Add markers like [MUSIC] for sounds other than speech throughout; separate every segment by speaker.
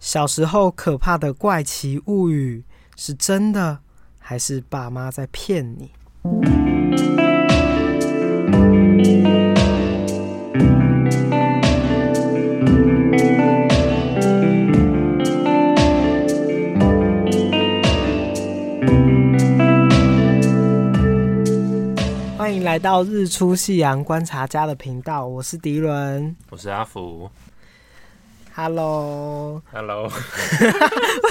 Speaker 1: 小时候可怕的怪奇物语是真的，还是爸妈在骗你？欢迎来到日出夕阳观察家的频道，我是迪伦。
Speaker 2: 我是阿福
Speaker 1: Hello，
Speaker 2: ，Hello，
Speaker 1: 为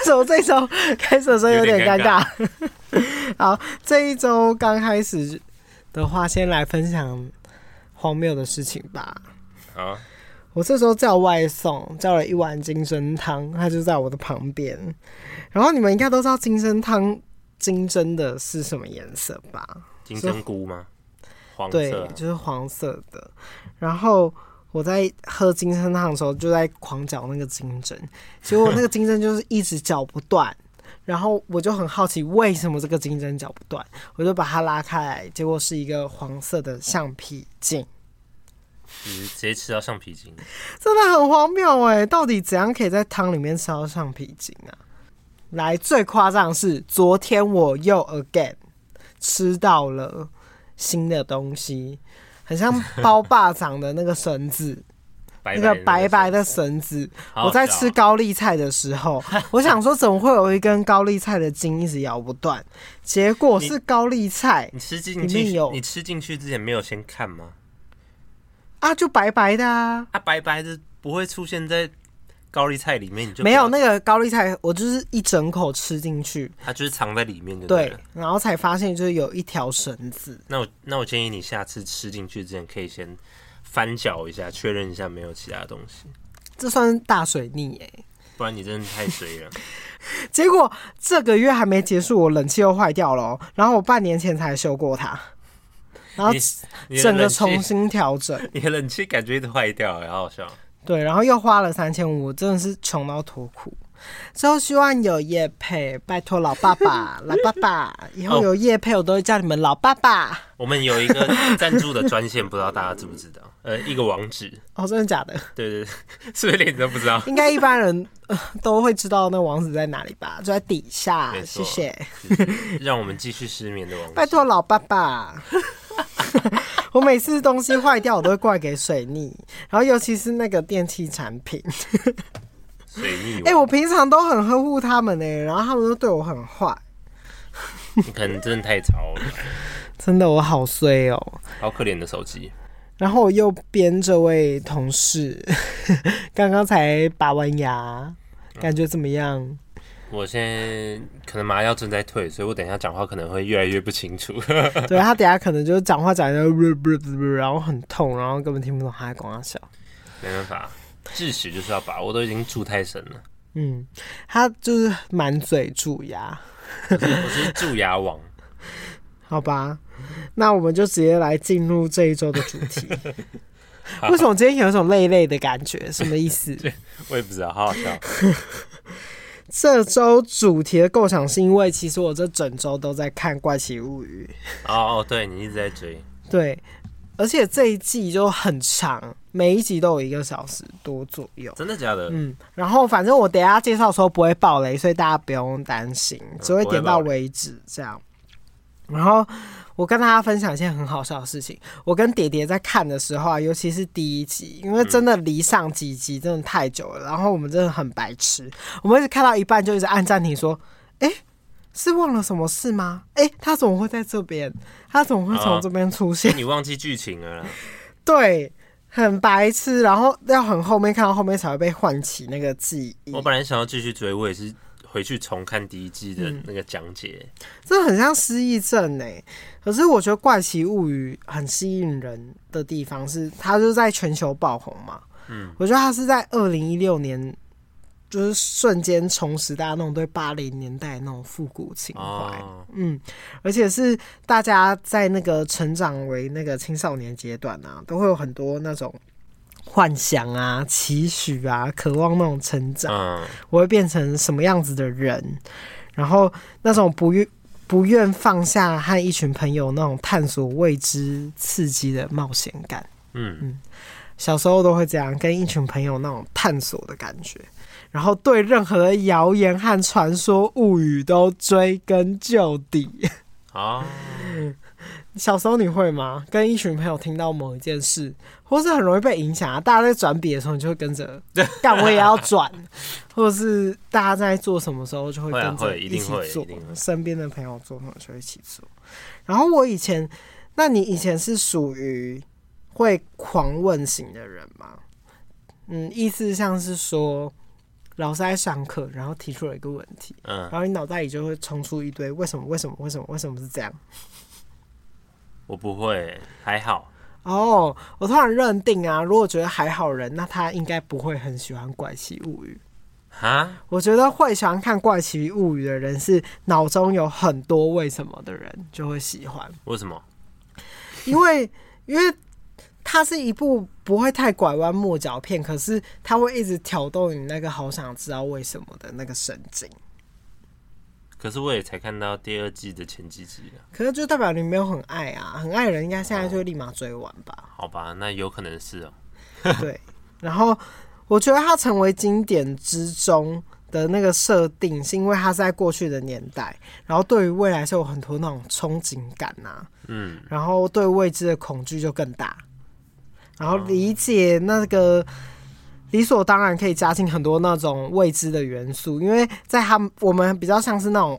Speaker 1: [LAUGHS] 什么这一周开始的时候有点尴尬？好，这一周刚开始的话，先来分享荒谬的事情吧。
Speaker 2: 好，
Speaker 1: 我这时候叫外送，叫了一碗金针汤，它就在我的旁边。然后你们应该都知道金针汤金针的是什么颜色吧？
Speaker 2: 金针菇吗？黄
Speaker 1: 对
Speaker 2: 色啊，，
Speaker 1: 就是黄色的。然后我在喝金针汤的时候，就在狂搅那个金针，结果那个金针就是一直搅不断。然后我就很好奇，为什么这个金针搅不断？我就把它拉开来，结果是一个黄色的橡皮筋，
Speaker 2: 直直接吃到橡皮筋。
Speaker 1: 真的很荒谬哎、到底怎样可以在汤里面吃到橡皮筋啊？来，最夸张的是昨天我又 again 吃到了新的东西，很像包霸掌的那个绳子，
Speaker 2: [LAUGHS] 白
Speaker 1: 那个白白
Speaker 2: 的
Speaker 1: 的绳子。
Speaker 2: 那个，
Speaker 1: 我在吃高丽菜的时
Speaker 2: [LAUGHS]
Speaker 1: 候，我想说怎么会有一根高丽菜的筋一直咬不断？结果是高丽菜
Speaker 2: 你吃进
Speaker 1: 里面
Speaker 2: 去
Speaker 1: 有，
Speaker 2: 你吃进去之前没有先看吗？
Speaker 1: 啊，就白白的啊。
Speaker 2: 啊，白白的不会出现在高丽菜里面，你就不
Speaker 1: 没有
Speaker 2: 要，
Speaker 1: 那个高丽菜，我就是一整口吃进去，
Speaker 2: 它就是藏在里面就
Speaker 1: 对
Speaker 2: 了。，
Speaker 1: 然后才发现就是有一条绳子。
Speaker 2: 那我那我建议你下次吃进去之前，可以先翻搅一下，确认一下没有其他东西，
Speaker 1: 这算是大水逆哎、
Speaker 2: 不然你真的太水
Speaker 1: [LAUGHS]
Speaker 2: 了。
Speaker 1: 结果这个月还没结束，我冷气又坏掉了哦、然后我半年前才修过它，然后
Speaker 2: 你你的
Speaker 1: 整个
Speaker 2: 冷气
Speaker 1: 重新调整，
Speaker 2: 你的冷气 [LAUGHS] 感觉一直坏掉，好好笑。
Speaker 1: 对，然后又花了三千五，我真的是穷到脱裤。之后希望有叶配，拜托老爸爸，老爸爸，以后
Speaker 2: [LAUGHS] 哦
Speaker 1: 有叶配我都会叫你们老爸爸。
Speaker 2: 我们有一个赞助的专线，不知道大家知不知道？ [LAUGHS] 呃，一个网址，
Speaker 1: 哦，真的假的？
Speaker 2: 对对，对 [LAUGHS] 是不是连你都不知道？
Speaker 1: 应该一般人、呃都会知道那网址在哪里吧？就在底下，
Speaker 2: 没
Speaker 1: 谢
Speaker 2: 错
Speaker 1: 谢。
Speaker 2: 让我们继续失眠的王
Speaker 1: 拜托老爸爸。我每次东西坏掉，我都会怪给水逆，然后尤其是那个电器产品，
Speaker 2: 水逆
Speaker 1: 哎、
Speaker 2: 王，
Speaker 1: 我平常都很呵护他们呢、然后他们都对我很坏，
Speaker 2: 你可能真的太潮了，
Speaker 1: 真的我好衰哦、
Speaker 2: 好可怜的手机。
Speaker 1: 然后我右边这位同事刚刚才拔完牙，感觉怎么样？
Speaker 2: 我现在可能麻药正在退，所以我等一下讲话可能会越来越不清楚。 [LAUGHS]
Speaker 1: 对他等下可能就是讲话讲的， [LAUGHS] 然后很痛，然后根本听不懂他在跟我笑。
Speaker 2: 没办法，智齿就是要拔，我都已经住太深了，
Speaker 1: 嗯，他就是满嘴蛀牙，
Speaker 2: 我是蛀牙王。
Speaker 1: 好吧？那我们就直接来进入这一周的主题。为什么今天有一种累累的感觉？什么意思？
Speaker 2: [LAUGHS] 我也不知道，好好笑。
Speaker 1: 这周主题的构想是因为，其实我这整周都在看《怪奇物语》。
Speaker 2: 哦哦，对你一直在追，
Speaker 1: 对，而且这一季就很长，每一集都有一个小时多左右。
Speaker 2: 真的假的？
Speaker 1: 嗯，然后反正我等一下介绍的时候不会爆雷，所以大家不用担心，
Speaker 2: 嗯
Speaker 1: 只会点到为止这样。然后我跟大家分享一些很好笑的事情。我跟蝶蝶在看的时候啊，尤其是第一集，因为
Speaker 2: 嗯
Speaker 1: 真的离上几集真的太久了，然后我们真的很白痴，我们一直看到一半就一直按暂停说，诶，是忘了什么事吗？诶，他怎么会在这边？他怎么会从
Speaker 2: 啊
Speaker 1: 这边出现？ [LAUGHS]
Speaker 2: 你忘记剧情了啦？
Speaker 1: 对，很白痴，然后要很后面看到后面才会被唤起那个记忆
Speaker 2: 我，本来想要继续追，我也是回去重看第一季的
Speaker 1: 嗯
Speaker 2: 那个讲解。
Speaker 1: 这很像失忆症哎、可是我觉得《怪奇物语》很吸引人的地方是，它就是在全球爆红嘛。嗯，我觉得它是在二零一六年，就是瞬间重拾大家那种对八零年代那种复古情怀。
Speaker 2: 哦，
Speaker 1: 嗯，而且是大家在那个成长为那个青少年阶段啊，都会有很多那种幻想啊、期许啊、渴望那种成长，
Speaker 2: 嗯，
Speaker 1: 我会变成什么样子的人，然后那种不愿不愿放下和一群朋友那种探索未知、刺激的冒险感。
Speaker 2: 嗯，
Speaker 1: 小时候都会这样，跟一群朋友那种探索的感觉，然后对任何的谣言和传说物语都追根究底。
Speaker 2: 啊，
Speaker 1: 小时候你会吗？跟一群朋友听到某一件事，或是很容易被影响啊。大家在转笔的时候，你就会跟
Speaker 2: [LAUGHS]
Speaker 1: 着干，我也要转；或者是大家在做什么时候，就会
Speaker 2: 会啊
Speaker 1: 跟着
Speaker 2: 会一定
Speaker 1: 起
Speaker 2: 会
Speaker 1: 做
Speaker 2: 一定。会
Speaker 1: 身边的朋友做什么就一起做。然后我以前，那你以前是属于会狂问型的人吗？嗯，意思像是说，老师在上课，然后提出了一个问题，
Speaker 2: 嗯，
Speaker 1: 然后你脑袋里就会冲出一堆为什么为什么为什么为什么是这样。
Speaker 2: 我不会，还好，
Speaker 1: 哦，我突然认定啊，如果觉得还好人，那他应该不会很喜欢《怪奇物语》。
Speaker 2: 哈，
Speaker 1: 我觉得会喜欢看《怪奇物语》的人，是脑中有很多为什么的人就会喜欢，
Speaker 2: 为什么？
Speaker 1: 因为因为它是一部不会太拐弯抹角片，可是它会一直挑动你那个好想知道为什么的那个神经。
Speaker 2: 可是我也才看到第二季的前几集啊，
Speaker 1: 可是就代表你没有很爱啊，很爱的人应该现在就立马追完吧。
Speaker 2: 好吧，那有可能是哦，
Speaker 1: 对，然后我觉得它成为经典之中的那个设定，是因为它是在过去的年代，然后对于未来是有很多那种憧憬感呐、
Speaker 2: 嗯，
Speaker 1: 然后对未知的恐惧就更大，然后理解那个。理所当然可以加进很多那种未知的元素，因为在他们我们比较像是那种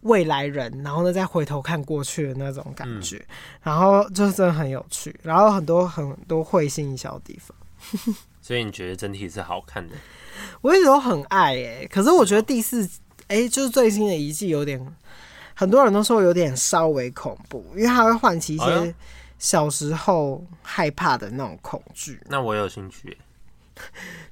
Speaker 1: 未来人，然后呢再回头看过去的那种感觉，然后就真的很有趣，然后很多很多会心一笑的地方。
Speaker 2: 所以你觉得整体是好看的？
Speaker 1: 我一直都很爱诶、可是我觉得
Speaker 2: 嗯
Speaker 1: 第四诶、就是最新的一季有点，很多人都说有点稍微恐怖，因为它会唤起一
Speaker 2: 哎
Speaker 1: 些
Speaker 2: 呦
Speaker 1: 小时候害怕的那种恐惧。
Speaker 2: 那我有兴趣耶，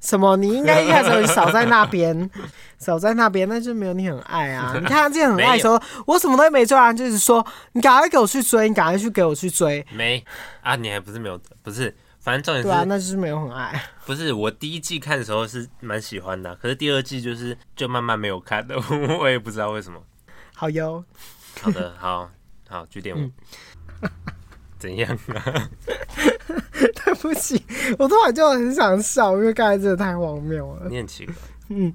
Speaker 1: 什么？你应该一开始有少在那
Speaker 2: [LAUGHS]
Speaker 1: 边，少在那边，那就没有你很爱啊。你看他之前很爱的时候，我什么都没做啊，就是说你赶快给我去追，你赶快去给我去追。
Speaker 2: 没啊？你还不是没有，不是，反正重
Speaker 1: 对
Speaker 2: 点
Speaker 1: 啊，
Speaker 2: 是，
Speaker 1: 那就是没有很爱。
Speaker 2: 不是我第一季看的时候是蛮喜欢的啊，可是第二季就是就慢慢没有看了， [LAUGHS] 我也不知道为什么。
Speaker 1: 好哟， [LAUGHS]
Speaker 2: 好的，好好，据点我。怎样啊？
Speaker 1: 对不起，我突然就很想笑，因为刚才真的太荒谬了。
Speaker 2: 你很奇怪。
Speaker 1: 嗯
Speaker 2: 嗯，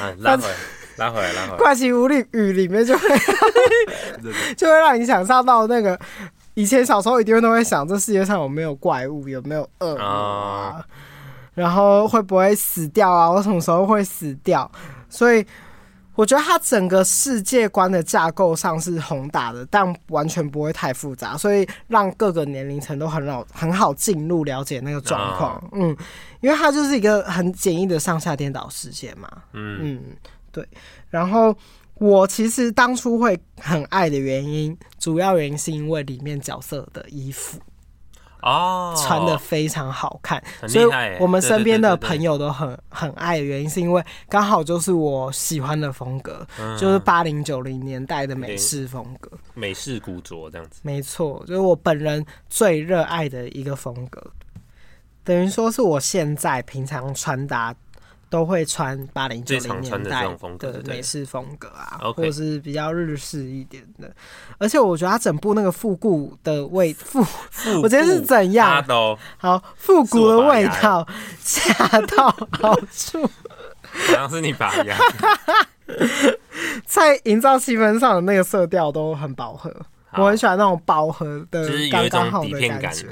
Speaker 2: 啊，拉
Speaker 1: [LAUGHS]
Speaker 2: 回来，拉回来，拉回来。
Speaker 1: 怪奇物语语里面就会就会让你想象到那个以前小时候一定都会想，这世界上有没有怪物，有没有恶
Speaker 2: 哦
Speaker 1: 魔啊，然后会不会死掉啊，我什么时候会死掉？所以我觉得它整个世界观的架构上是宏大的，但完全不会太复杂，所以让各个年龄层都很好很好进入了解那个状况。嗯，因为它就是一个很简易的上下颠倒世界嘛。
Speaker 2: 嗯，
Speaker 1: 嗯，对。然后我其实当初会很爱的原因，主要原因是因为里面角色的衣服
Speaker 2: 哦，
Speaker 1: 穿的非常好看，
Speaker 2: 很
Speaker 1: 所以
Speaker 2: 厉害欸
Speaker 1: 我们
Speaker 2: 对
Speaker 1: 身
Speaker 2: 对
Speaker 1: 边
Speaker 2: 对
Speaker 1: 的
Speaker 2: 对
Speaker 1: 朋友都很很爱的原因，是因为刚好就是我喜欢的风格，
Speaker 2: 嗯
Speaker 1: 就是八零九零年代的美
Speaker 2: 对
Speaker 1: 式风格。
Speaker 2: 美式古着这样子。
Speaker 1: 没错，就是我本人最热爱的一个风格，等于说是我现在平常穿搭都会穿八零九
Speaker 2: 最
Speaker 1: 零
Speaker 2: 常
Speaker 1: 年
Speaker 2: 穿的
Speaker 1: 代
Speaker 2: 这种风格
Speaker 1: 的
Speaker 2: 对
Speaker 1: 美式风格啊，
Speaker 2: OK
Speaker 1: 或者是比较日式一点的。而且我觉得它整部那个复古的味复，
Speaker 2: 复
Speaker 1: 我今天是
Speaker 2: 古
Speaker 1: 怎样
Speaker 2: 阿斗，
Speaker 1: 好复
Speaker 2: 是
Speaker 1: 古
Speaker 2: 我
Speaker 1: 的
Speaker 2: 拔
Speaker 1: 味
Speaker 2: 牙
Speaker 1: 道，恰到好处，
Speaker 2: 好像是你拔牙。
Speaker 1: 在营造气氛上的那个色调都很饱和。
Speaker 2: 好
Speaker 1: [LAUGHS] 我很喜欢那种饱和的
Speaker 2: 就是有一
Speaker 1: 刚
Speaker 2: 种
Speaker 1: 刚好
Speaker 2: 底
Speaker 1: 的
Speaker 2: 片
Speaker 1: 感
Speaker 2: 感
Speaker 1: 觉，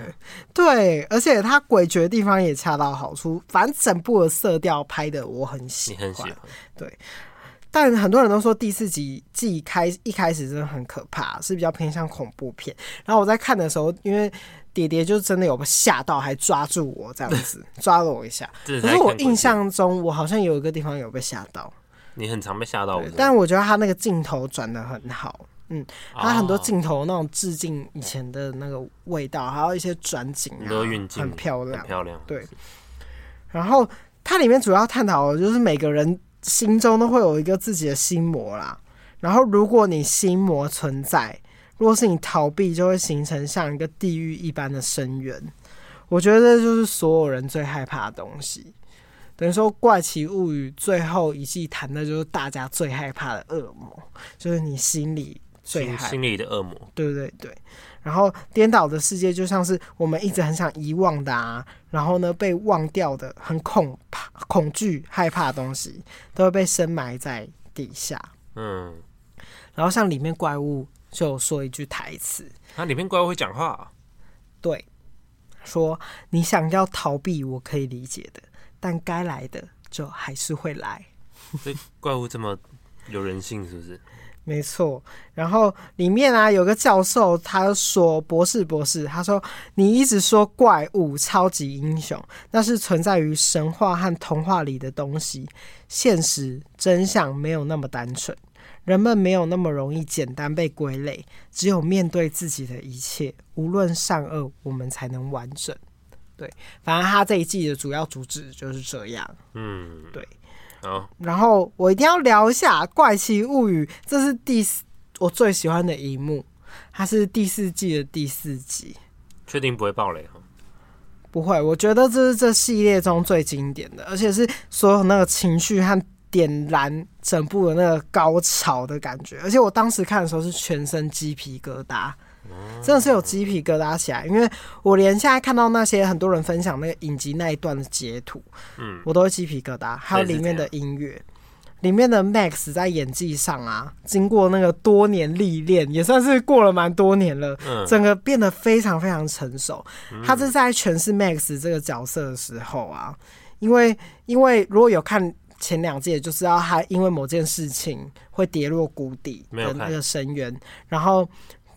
Speaker 1: 对，而且它诡谲的地方也恰到好处，反正整部的色调拍的我很喜
Speaker 2: 你
Speaker 1: 欢
Speaker 2: 很，喜欢，
Speaker 1: 但很多人都说第四集季开一开始真的很可怕，是比较偏向恐怖片。然后我在看的时候，因为爹爹就真的有被吓到，还抓住我这样
Speaker 2: [LAUGHS]
Speaker 1: 子，抓了我一下。
Speaker 2: 这
Speaker 1: 可
Speaker 2: 才
Speaker 1: 是我
Speaker 2: 看过
Speaker 1: 印
Speaker 2: 去
Speaker 1: 象中，我好像有一个地方有被吓到，
Speaker 2: 你很常被吓到我
Speaker 1: 对
Speaker 2: 真的，
Speaker 1: 但我觉得他那个镜头转的很好，嗯，他很多
Speaker 2: 哦
Speaker 1: 镜头那种致敬以前的那个味道，还有一些转景啊
Speaker 2: 很多运镜
Speaker 1: 很漂亮
Speaker 2: 很。漂亮。
Speaker 1: 对然后它里面主要探讨的就是每个人心中都会有一个自己的心魔啦。然后如果你心魔存在，如果是你逃避，就会形成像一个地狱一般的深渊。我觉得这就是所有人最害怕的东西。等于说，《怪奇物语》最后一季谈的就是大家最害怕的恶魔，就是你心里最
Speaker 2: 心
Speaker 1: 害
Speaker 2: 心里的恶魔，
Speaker 1: 对对对，然后颠倒的世界就像是我们一直很想遗忘的啊，然后呢被忘掉的、很恐怕、恐惧、害怕的东西，都会被深埋在底下。
Speaker 2: 嗯，
Speaker 1: 然后像里面怪物就有说一句台词，
Speaker 2: 它里面怪物会讲话啊，
Speaker 1: 对，说你想要逃避，我可以理解的，但该来的就还是会来。
Speaker 2: 所以怪物这么有人性，是不是？
Speaker 1: 没错，然后里面啊有个教授，他说博士博士，他说你一直说怪物、超级英雄，那是存在于神话和童话里的东西，现实真相没有那么单纯，人们没有那么容易简单被归类，只有面对自己的一切，无论善恶，我们才能完整。对，反正他这一季的主要主旨就是这样。
Speaker 2: 嗯，
Speaker 1: 对。
Speaker 2: 好，
Speaker 1: 然后我一定要聊一下《怪奇物语》，这是第四我最喜欢的一幕，它是第四季的第四集。
Speaker 2: 确定不会爆雷哈。
Speaker 1: 不会，我觉得这是这系列中最经典的，而且是所有那个情绪和点燃整部的那个高潮的感觉。而且我当时看的时候是全身鸡皮疙瘩，真的是有鸡皮疙瘩起来，因为我连现在看到那些很多人分享那个影集那一段的截图，
Speaker 2: 嗯，
Speaker 1: 我都会鸡皮疙瘩。还有里面的音乐，里面的 Max 在演技上啊，经过那个多年历练，也算是过了蛮多年了，
Speaker 2: 嗯
Speaker 1: 整个变得非常非常成熟。他是在诠释 Max 这个角色的时候啊，因为因为如果有看。前两届就知道他因为某件事情会跌落谷底
Speaker 2: 没有
Speaker 1: 的
Speaker 2: 看
Speaker 1: 那个深渊，然后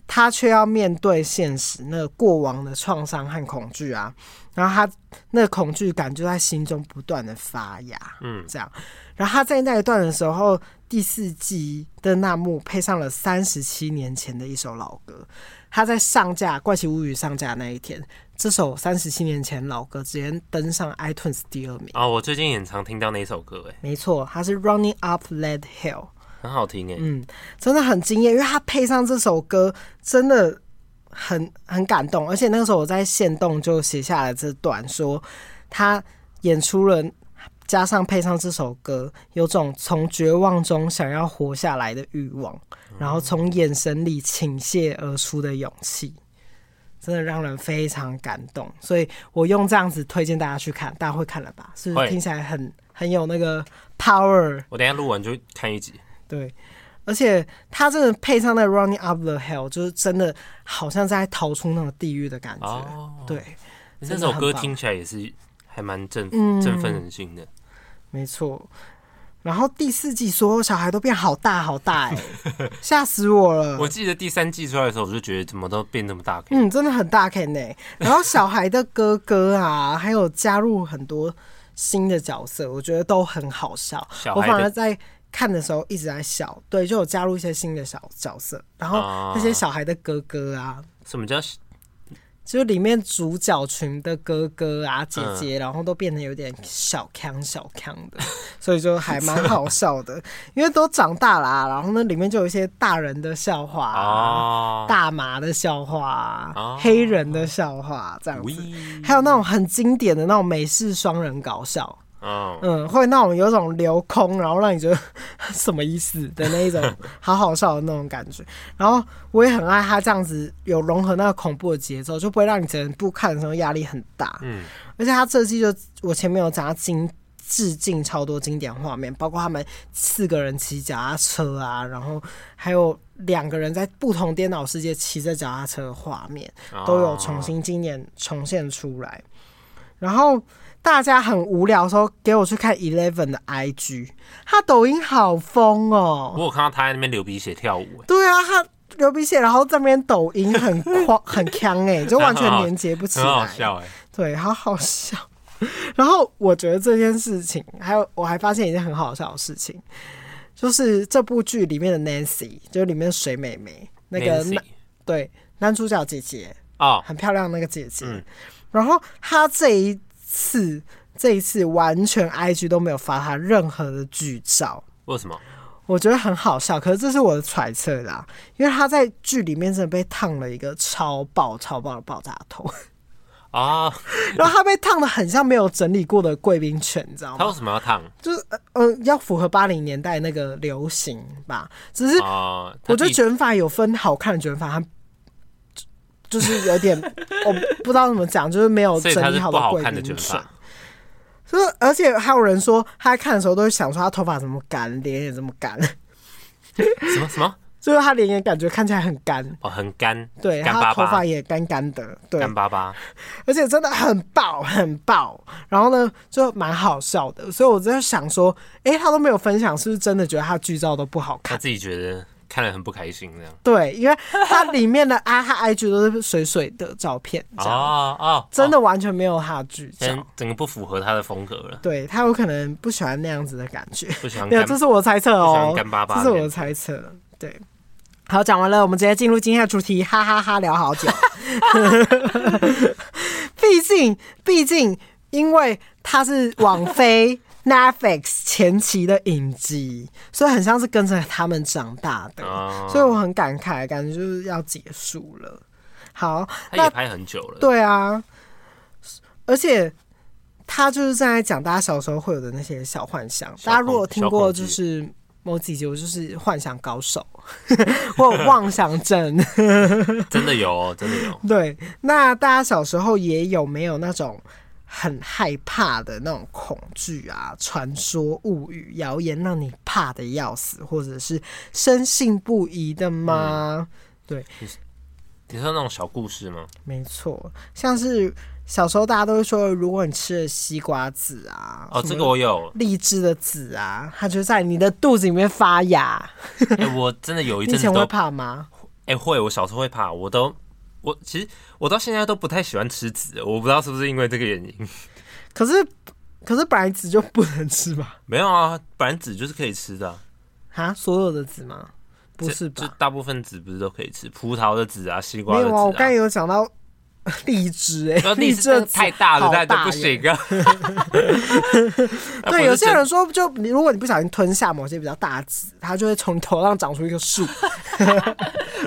Speaker 1: 他却要面对现实，那个过往的创伤和恐惧啊，然后他那个恐惧感就在心中不断的发芽，
Speaker 2: 嗯
Speaker 1: 这样。然后他在那一段的时候，第四季的那幕配上了三十七年前的一首老歌，他在上架《怪奇物语》上架那一天，这首三十七年前老歌直接登上 iTunes 第二名。
Speaker 2: 啊、我最近也常听到那一首歌，哎，
Speaker 1: 没错，它是《Running Up That Hill》。
Speaker 2: 很好听哎。
Speaker 1: 嗯，真的很惊艳，因为他配上这首歌，真的很很感动。而且那个时候我在线动就写下了这段说，他演出了，加上配上这首歌，有种从绝望中想要活下来的欲望，然后从眼神里倾泻而出的勇气。真的让人非常感动，所以我用这样子推荐大家去看，大家会看了吧？是不是
Speaker 2: 会
Speaker 1: 听起来很很有那个 power？
Speaker 2: 我等一下录完就看一集。
Speaker 1: 对，而且他真的配上那个 Running Up the Hill，就是真的好像在逃出那种地狱的感觉。
Speaker 2: 哦，
Speaker 1: 对，
Speaker 2: 那首
Speaker 1: 真的
Speaker 2: 歌
Speaker 1: 很棒
Speaker 2: 听起来也是还蛮振
Speaker 1: 嗯
Speaker 2: 振奋人心的。
Speaker 1: 没错。然后第四季所有小孩都变好大好大、
Speaker 2: [LAUGHS]
Speaker 1: 欸，吓死我了！
Speaker 2: 我记得第三季出来的时候，我就觉得怎么都变那么大个。
Speaker 1: 嗯，真的很大 K 呢、然后小孩的哥哥啊，还有加入很多新的角色，我觉得都很好笑。
Speaker 2: 小
Speaker 1: 我
Speaker 2: 孩的
Speaker 1: 反而在看的时候一直在笑，对，就有加入一些新的小角色，然后
Speaker 2: 啊
Speaker 1: 那些小孩的哥哥啊，
Speaker 2: 什么叫
Speaker 1: 就是里面主角群的哥哥啊、姐姐，然后都变得有点小康小康的， [LAUGHS] 所以就还蛮好笑的。因为都长大啦、然后呢，里面就有一些大人的笑话、啊、
Speaker 2: 啊？
Speaker 1: 大麻的笑话、啊
Speaker 2: 哦
Speaker 1: 黑人的笑话、这样
Speaker 2: 喂
Speaker 1: 子，还有那种很经典的那种美式双人搞笑，
Speaker 2: 嗯，
Speaker 1: 嗯，会那种有种留空，然后让你觉得 [LAUGHS] 什么意思的那一种，好好笑的那种感觉。然后我也很爱他这样子有融合那个恐怖的节奏，就不会让你整部看的时候压力很大。
Speaker 2: 嗯，
Speaker 1: 而且他这季就我前面有讲到经致敬超多经典画面，包括他们四个人骑脚踏车啊，然后还有两个人在不同颠倒世界骑着脚踏车的画面。嗯都有
Speaker 2: 啊
Speaker 1: 重
Speaker 2: 哦
Speaker 1: 新今年重现出来。然后大家很无聊的时候，给我去看 Eleven 的 IG，他抖音好疯
Speaker 2: 哦。
Speaker 1: 哦。
Speaker 2: 我有看到他在那边流鼻血跳舞，哎
Speaker 1: 对啊，他流鼻血，然后这边抖音很
Speaker 2: [LAUGHS]
Speaker 1: 狂很强哎、就完全连接不起
Speaker 2: 很好
Speaker 1: 来。
Speaker 2: 笑哎。
Speaker 1: 对，好好笑。然后我觉得这件事情，还有我还发现一件很好笑的事情，就是这部剧里面的 Nancy，就是里面的水美眉，那个
Speaker 2: Nancy
Speaker 1: 男对男主角姐姐，
Speaker 2: 哦，
Speaker 1: 很漂亮的那个姐姐。
Speaker 2: 嗯
Speaker 1: 然后她这一次，这一次完全 IG 都没有发她任何的剧照，
Speaker 2: 为什么？
Speaker 1: 我觉得很好笑。可是这是我的揣测啦，因为她在剧里面真的被烫了一个超爆超爆的爆炸头，
Speaker 2: 啊，
Speaker 1: 然后她被烫的很像没有整理过的贵宾犬，你知道
Speaker 2: 他
Speaker 1: 吗？
Speaker 2: 为什么要烫
Speaker 1: 就是呃呃，要符合八零年代那个流行吧。只是
Speaker 2: 啊？他
Speaker 1: 我觉
Speaker 2: 自
Speaker 1: 得
Speaker 2: 己
Speaker 1: 卷发有分好看的卷发和就是有点 [LAUGHS] 我不知道怎么讲，就是没有
Speaker 2: 所以它
Speaker 1: 整理
Speaker 2: 是
Speaker 1: 好
Speaker 2: 不好
Speaker 1: 贵
Speaker 2: 看的卷
Speaker 1: 宾水
Speaker 2: 发。。
Speaker 1: 就是而且还有人说，他在看的时候都会想说他头发怎么干，脸也这么干， [LAUGHS]
Speaker 2: 什么什么？
Speaker 1: 就是他脸也感觉看起来很干，
Speaker 2: 哦，很干，
Speaker 1: 对，
Speaker 2: 干
Speaker 1: 他
Speaker 2: 巴
Speaker 1: 头发
Speaker 2: 巴，
Speaker 1: 也干干的，对，
Speaker 2: 干巴巴。
Speaker 1: 而且真的很爆，很爆。然后呢，就蛮好笑的，所以我在想说，诶，他都没有分享，是不是真的觉得他剧照都不好
Speaker 2: 他
Speaker 1: 看？
Speaker 2: 自己觉得看了很不开心这样。
Speaker 1: 对，因为他里面的啊，他 IG 都是水水的照片，这样、
Speaker 2: 哦哦，
Speaker 1: 真
Speaker 2: 哦，
Speaker 1: 的完全没有他的剧照。
Speaker 2: 整整个不符合他的风格了，
Speaker 1: 对他有可能不喜欢那样子的感觉，
Speaker 2: 不喜欢
Speaker 1: 没有，
Speaker 2: 干
Speaker 1: 这是我猜测
Speaker 2: 不喜欢
Speaker 1: 哦，
Speaker 2: 干巴巴
Speaker 1: 这
Speaker 2: 的
Speaker 1: 是我的猜测。对，好，讲完了，我们直接进入今天的主题，哈哈哈聊好久。 [LAUGHS] 毕竟，毕竟，因为它是网飞 Netflix 前期的影集，所以很像是跟着他们长大的，
Speaker 2: 哦
Speaker 1: 所以我很感慨，感觉就是要结束了。好，
Speaker 2: 他
Speaker 1: 那
Speaker 2: 也拍很久了，
Speaker 1: 对啊，而且他就是在讲大家小时候会有的那些小幻想。
Speaker 2: 小
Speaker 1: 大家如
Speaker 2: 恐
Speaker 1: 果听
Speaker 2: 小
Speaker 1: 过，
Speaker 2: 恐
Speaker 1: 就
Speaker 2: 惧
Speaker 1: 是某几集我就是幻想高手， [LAUGHS] 或有妄想症。 [LAUGHS]
Speaker 2: 真的有哦，真的有。
Speaker 1: 对，那大家小时候也有没有那种？很害怕的那种恐惧啊，传说、物语、谣言，让你怕的要死，或者是深信不疑的吗？
Speaker 2: 嗯你说那种小故事吗？
Speaker 1: 没错，像是小时候大家都会说，如果你吃了西瓜籽啊，
Speaker 2: 哦，
Speaker 1: 什么
Speaker 2: 这个我有，
Speaker 1: 荔枝的籽啊，它就在你的肚子里面发芽。
Speaker 2: 哎，我真的有一
Speaker 1: 你以
Speaker 2: 阵子
Speaker 1: 前会
Speaker 2: 都，
Speaker 1: 怕吗？
Speaker 2: 哎，会，我小时候会怕，我都。我其实我到现在都不太喜欢吃籽，我不知道是不是因为这个原因。 [LAUGHS]
Speaker 1: 可是可是本来籽就不能吃吧？
Speaker 2: 没有啊，本来籽就是可以吃的啊、
Speaker 1: 啊，所有的籽吗？不
Speaker 2: 这
Speaker 1: 是
Speaker 2: 就
Speaker 1: 吧？
Speaker 2: 大部分籽不是都可以吃，葡萄的籽啊，西瓜
Speaker 1: 没有
Speaker 2: 的籽
Speaker 1: 啊，我刚才
Speaker 2: 啊。
Speaker 1: 有讲到 [LAUGHS] 荔枝哎、
Speaker 2: 然后
Speaker 1: 荔
Speaker 2: 荔
Speaker 1: 枝的
Speaker 2: 枝
Speaker 1: 籽
Speaker 2: 太大了，
Speaker 1: 好
Speaker 2: 那就不
Speaker 1: 耶
Speaker 2: 行
Speaker 1: [LAUGHS]
Speaker 2: 啊。
Speaker 1: 对，
Speaker 2: 呃是
Speaker 1: 有些
Speaker 2: 真
Speaker 1: 人说，就你如果你不小心吞下某些比较大的籽，它就会从你头上长出一棵树，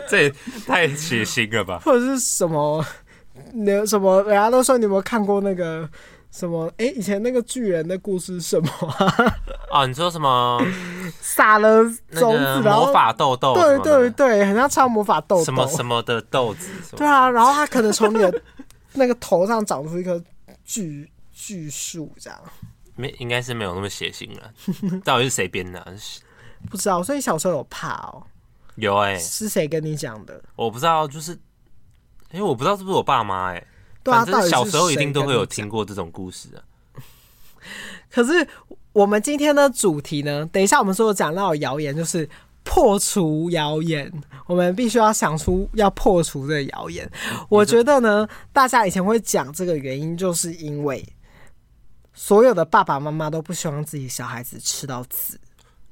Speaker 2: 这也太血腥了吧？
Speaker 1: 或者是什么， [LAUGHS] 你有什么，人家都说你有没有看过那个什么？哎、以前那个巨人的故事是什么 [LAUGHS] 啊？
Speaker 2: 啊，你说什么？
Speaker 1: 撒了种
Speaker 2: 那个
Speaker 1: 子，然后
Speaker 2: 魔法豆豆什
Speaker 1: 对
Speaker 2: 么
Speaker 1: 对
Speaker 2: 的，
Speaker 1: 对，很像超魔法豆
Speaker 2: 什么
Speaker 1: 豆，
Speaker 2: 什么的豆子，什
Speaker 1: 对
Speaker 2: 么
Speaker 1: 啊，然后它可能从你的那个头上长出一棵巨巨树，这样
Speaker 2: 没应该是没有那么血腥了。 [LAUGHS] 到底是谁编的啊？
Speaker 1: 不知道。所以你小时候有怕哦，
Speaker 2: 有哎、
Speaker 1: 是谁跟你讲的？
Speaker 2: 我不知道，就是因为我不知道是不是我爸妈哎、
Speaker 1: 对啊，
Speaker 2: 反
Speaker 1: 到
Speaker 2: 正
Speaker 1: 底
Speaker 2: 小时候一
Speaker 1: 是谁
Speaker 2: 定都
Speaker 1: 跟
Speaker 2: 会有
Speaker 1: 你讲
Speaker 2: 听过这种故事啊。
Speaker 1: 可是我们今天的主题呢，等一下我们所有讲到的谣言就是。破除谣言，我们必须要想出要破除这个谣言。我觉得呢，大家以前会讲这个原因，就是因为所有的爸爸妈妈都不希望自己小孩子吃到籽。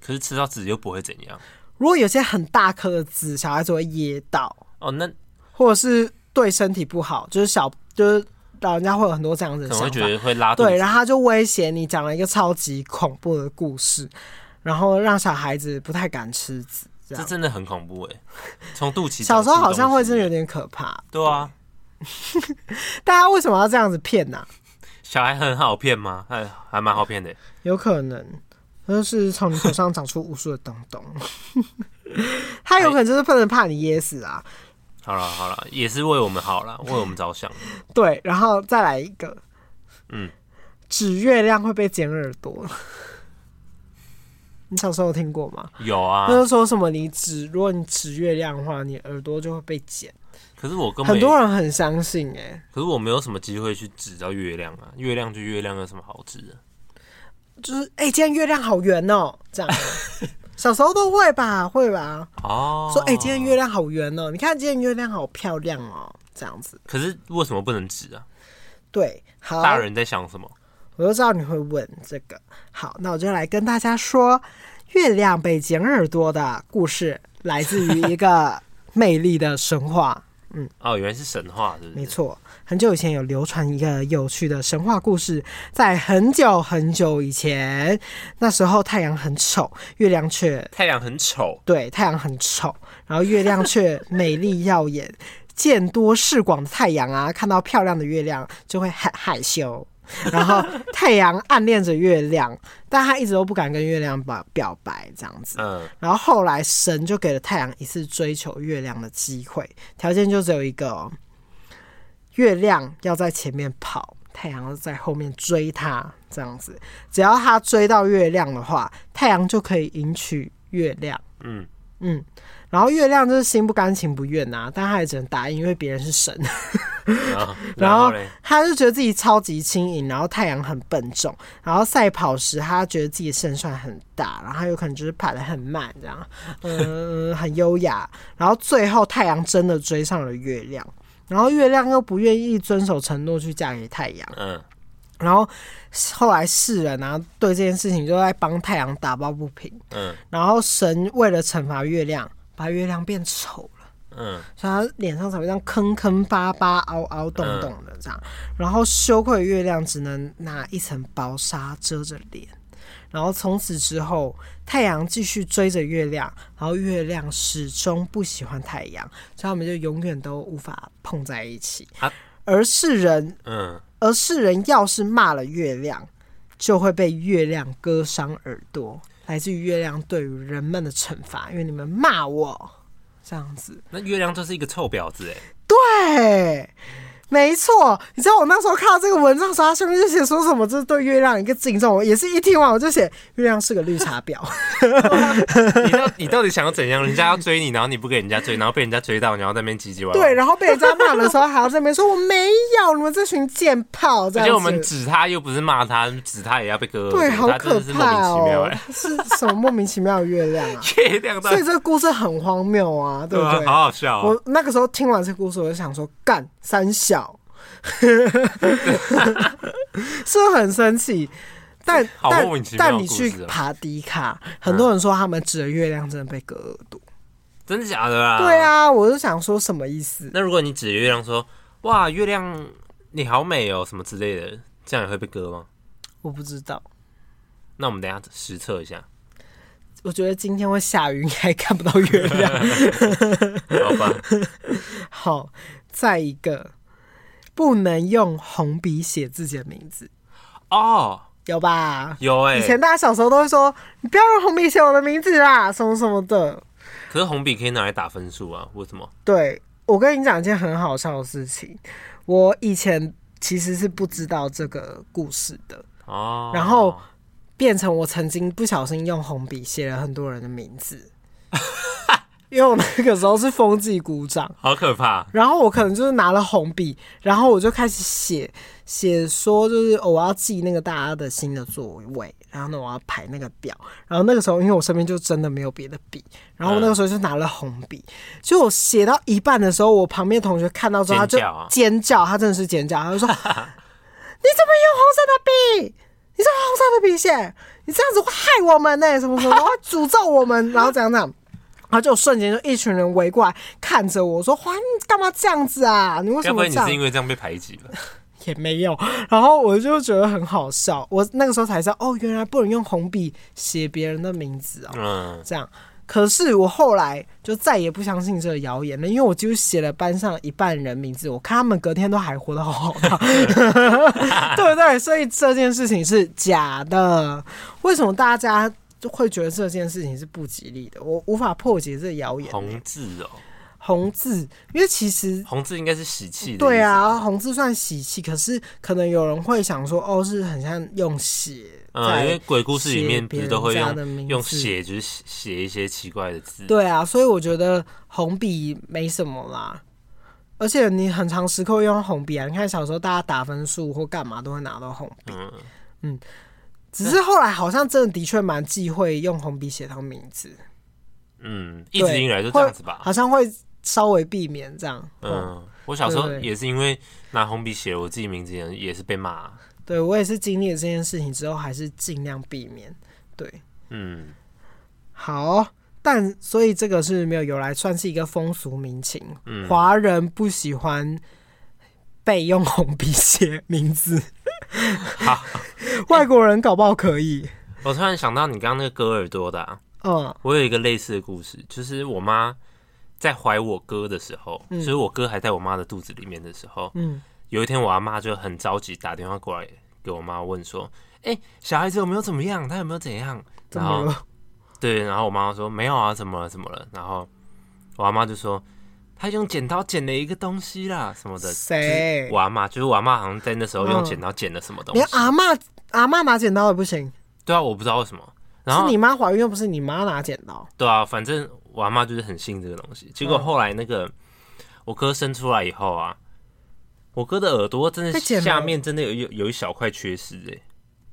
Speaker 2: 可是吃到籽又不会怎样
Speaker 1: 如果有些很大颗的籽，小孩子会噎到，
Speaker 2: 哦，那
Speaker 1: 或者是对身体不好，就是小就是老人家会有很多这样子
Speaker 2: 可
Speaker 1: 的想
Speaker 2: 能会
Speaker 1: 法
Speaker 2: 觉。得会拉肚
Speaker 1: 对，
Speaker 2: 子。
Speaker 1: 然后他就威胁你讲了一个超级恐怖的故事，然后让小孩子不太敢吃籽。这
Speaker 2: 这
Speaker 1: 样
Speaker 2: 真的很恐怖哎、从肚脐
Speaker 1: 小时候好像会真的有
Speaker 2: 点
Speaker 1: 点可怕，
Speaker 2: 对啊，
Speaker 1: 大家为什么要这样子骗啊呢、
Speaker 2: 小孩很好骗吗？还还蛮好骗的欸、
Speaker 1: 有可能就是从你头上长出无数的东东，他有可能就是不能怕你噎死啊。
Speaker 2: 好了好了，也是为我们好了，为我们
Speaker 1: [LAUGHS]
Speaker 2: 着想。
Speaker 1: 对，然后再来一个，
Speaker 2: 嗯，
Speaker 1: 指月亮会被剪耳朵。你小时候有听过吗？
Speaker 2: 有啊
Speaker 1: 他，就说什么你指，如果你指月亮的话，你耳朵就会被剪。
Speaker 2: 可是我根本
Speaker 1: 很
Speaker 2: 也
Speaker 1: 多人很相信哎、
Speaker 2: 可是我没有什么机会去指到月亮啊，月亮就月亮有什么好指的？
Speaker 1: 就是哎、欸今天月亮好圆哦、这
Speaker 2: [LAUGHS]
Speaker 1: 样。小时候都会吧，会吧？
Speaker 2: 哦，
Speaker 1: 说哎、欸今天月亮好圆哦、你看今天月亮好漂亮哦、这样子。
Speaker 2: 可是为什么不能指啊？
Speaker 1: 对，好，
Speaker 2: 大人在想什么？
Speaker 1: 我就知道你会问这个。好，那我就来跟大家说，月亮被剪耳朵的故事来自于一个 [LAUGHS] 魅力的神话。
Speaker 2: 哦，原来是神话，是不
Speaker 1: 没
Speaker 2: 是？
Speaker 1: 错，很久以前有流传一个有趣的神话故事，在很久很久以前，那时候太阳很丑，月亮却
Speaker 2: 太阳很丑，
Speaker 1: 对太阳很丑，然后月亮却美丽耀眼。见多识广的太阳啊，看到漂亮的月亮就会很害羞。然后太阳暗恋着月亮，但他一直都不敢跟月亮表表白，这样子。
Speaker 2: 嗯，
Speaker 1: 然后后来神就给了太阳一次追求月亮的机会，条件就只有一个、哦，月亮要在前面跑，太阳要在后面追它，这样子。只要它追到月亮的话，太阳就可以迎娶月亮。 [LAUGHS]
Speaker 2: 嗯，
Speaker 1: 嗯，然后月亮就是心不甘情不愿呐、但他也只能答应，因为别人是神。
Speaker 2: 然后
Speaker 1: 然后
Speaker 2: 嘞，
Speaker 1: 他就觉得自己超级轻盈，然后太阳很笨重，然后赛跑时他觉得自己胜算很大，然后他有可能就是跑得很慢这样，嗯，很优雅。然后最后太阳真的追上了月亮，嗯然后月亮又不愿意遵守承诺去嫁给太阳，
Speaker 2: 嗯，
Speaker 1: 然后后来世人啊对这件事情就在帮太阳打抱不平，
Speaker 2: 嗯，
Speaker 1: 然后神为了惩罚月亮，把月亮变丑了。
Speaker 2: 嗯，
Speaker 1: 所以他脸上才会这样坑坑巴巴、凹凹洞洞的这样。然后羞愧的月亮只能拿一层薄纱遮着脸。然后从此之后，太阳继续追着月亮，然后月亮始终不喜欢太阳，所以他们就永远都无法碰在一起。
Speaker 2: 啊
Speaker 1: 而世人，
Speaker 2: 嗯，
Speaker 1: 而世人要是骂了月亮，就会被月亮割伤耳朵，来自于月亮对于人们的惩罚，因为你们骂我这样子。
Speaker 2: 那月亮就是一个臭婊子哎，
Speaker 1: 对，没错。你知道我那时候看到这个文章的时候，它下面就写说什么，这是对月亮一个敬重。我也是一听完我就写，月亮是个绿茶
Speaker 2: [LAUGHS]
Speaker 1: 婊。
Speaker 2: 你到你到底想要怎样？人家要追你，然后你不给人家追，然后被人家追到，然后在那边唧唧歪歪。
Speaker 1: 对，，然后被人家骂的时候，还要在那边说我没有，你们这群贱炮这
Speaker 2: 而且我
Speaker 1: 样
Speaker 2: 们 [LAUGHS]
Speaker 1: 子。
Speaker 2: 指他又不是骂他，指他也要被割耳朵，
Speaker 1: 对，好
Speaker 2: 他真
Speaker 1: 可
Speaker 2: 的是莫名
Speaker 1: 怕
Speaker 2: 其妙
Speaker 1: 哦
Speaker 2: 哎！！
Speaker 1: 是什么莫名其妙的月亮啊？
Speaker 2: [LAUGHS] 月亮到
Speaker 1: 所
Speaker 2: 底
Speaker 1: 以这个故事很荒谬啊，对
Speaker 2: 对
Speaker 1: 不
Speaker 2: 啊
Speaker 1: 对？
Speaker 2: 好好笑哦，
Speaker 1: 我那个时候听完这故事，我就想说，干三小， [LAUGHS] 是不是很生气？但
Speaker 2: 好
Speaker 1: 但
Speaker 2: 莫名其妙的
Speaker 1: 但你去
Speaker 2: 故事哦
Speaker 1: 爬迪卡，很多人说他们指的月亮真的被割耳朵。
Speaker 2: 真的假的啦？
Speaker 1: 对。啊，我就想说什么意思？
Speaker 2: 那如果你指着月亮说：“哇，月亮你好美哦”什么之类的，这样也会被割吗？
Speaker 1: 我不知道。
Speaker 2: 那我们等一下实测一下，
Speaker 1: 我觉得今天会下雨，应该看不到月亮。
Speaker 2: [LAUGHS]
Speaker 1: [LAUGHS]
Speaker 2: 好吧？
Speaker 1: 好，再一个，不能用红笔写自己的名字，
Speaker 2: 哦，
Speaker 1: 有吧？
Speaker 2: 有哎、
Speaker 1: 以前大家小时候都会说，你不要用红笔写我的名字啦，什么什么的。
Speaker 2: 可是红笔可以拿来打分数啊？为什么？
Speaker 1: 对我跟你讲一件很好笑的事情，我以前其实是不知道这个故事的，
Speaker 2: 哦，
Speaker 1: 然后变成我曾经不小心用红笔写了很多人的名字，因为我那个时候是风纪股长。
Speaker 2: 好可怕，
Speaker 1: 然后我可能就是拿了红笔，然后我就开始写写说，就是、哦我要记那个大家的新的座位，然后呢我要排那个表。然后那个时候因为我身边就真的没有别的笔，然后我那个时候就拿了红笔，就我写到一半的时候，我旁边同学看到之后他就
Speaker 2: 尖叫啊
Speaker 1: 尖叫，他真的是尖叫，他就说你怎么用红色的笔？你怎么用红色的笔写？你这样子会害我们呢、什么什么，然后诅咒我们，然后怎样怎样。然后就瞬间就一群人围过来看着我说：“哇，你干嘛这样子啊？你为
Speaker 2: 该
Speaker 1: 什
Speaker 2: 不
Speaker 1: 么
Speaker 2: 会
Speaker 1: 这
Speaker 2: 你
Speaker 1: 样
Speaker 2: 是？”因为这样被排挤吧？
Speaker 1: 也没有。然后我就觉得很好笑，我那个时候才知道，哦，原来不能用红笔写别人的名字哦，
Speaker 2: 嗯，
Speaker 1: 这样。可是我后来就再也不相信这个谣言了，因为我几乎写了班上一半人名字，我看他们隔天都还活得好好
Speaker 2: [LAUGHS]
Speaker 1: 的，对不对？所以这件事情是假的。为什么大家会觉得这件事情是不吉利的？我无法破解这个谣言。
Speaker 2: 红字哦，
Speaker 1: 红字，因为其实
Speaker 2: 红字应该是喜气的，
Speaker 1: 对，啊，红字算喜气，可是可能有人会想说，哦，是很像用血
Speaker 2: 嗯，因为
Speaker 1: 在。
Speaker 2: 鬼故事里面不是都会
Speaker 1: 写别人家的名
Speaker 2: 用
Speaker 1: 字
Speaker 2: 用写，就是写写一些奇怪的字，
Speaker 1: 对啊，所以我觉得红笔没什么啦。而且你很长时刻会用红笔啊，你看小时候大家打分数或干嘛都会拿到红笔，
Speaker 2: 嗯，
Speaker 1: 只是后来好像真的的确蛮忌讳用红笔写到名字，
Speaker 2: 嗯，一直以来都
Speaker 1: 会
Speaker 2: 这样子吧，
Speaker 1: 好像会稍微避免这样。嗯，
Speaker 2: 啊嗯，我小时候
Speaker 1: 对对
Speaker 2: 也是因为拿红笔写我自己名字，也是被骂。
Speaker 1: 对我也是经历了这件事情之后，还是尽量避免。对，
Speaker 2: 嗯，
Speaker 1: 好，哦但所以这个是没有由来，算是一个风俗民情。
Speaker 2: 嗯
Speaker 1: 华人不喜欢被用红笔写名字，
Speaker 2: 好，
Speaker 1: [LAUGHS] 外国人搞不好可以。
Speaker 2: 我突然想到你刚刚那个割耳朵的、啊，
Speaker 1: 嗯
Speaker 2: 我有一个类似的故事，就是我妈在怀我哥的时候，就是我哥还在我妈的肚子里面的时候，
Speaker 1: 嗯，
Speaker 2: 有一天我阿妈就很着急打电话过来给我妈问说：“哎、小孩子有没有怎么样？他有没有怎样？”
Speaker 1: 怎
Speaker 2: 然
Speaker 1: 么
Speaker 2: 后
Speaker 1: 了？
Speaker 2: 对，然后我妈妈说没有啊，怎么了怎么了？然后我阿妈就说他用剪刀剪了一个东西啦，什么的。
Speaker 1: 谁
Speaker 2: 就是我阿妈，就是我阿妈好像在那时候
Speaker 1: 嗯
Speaker 2: 用剪刀剪了什么东西
Speaker 1: 连。阿嬷阿嬷拿剪刀也不行，
Speaker 2: 对啊，我不知道为什么。然
Speaker 1: 是
Speaker 2: 后
Speaker 1: 你妈怀孕又不是你妈拿剪
Speaker 2: [LAUGHS]
Speaker 1: 刀。
Speaker 2: 对啊，反正我阿妈就是很信这个东西。
Speaker 1: 嗯
Speaker 2: 结果后来那个我哥生出来以后啊，我哥的耳朵真的
Speaker 1: 被剪了
Speaker 2: 下面真的有有有一小块缺失哎、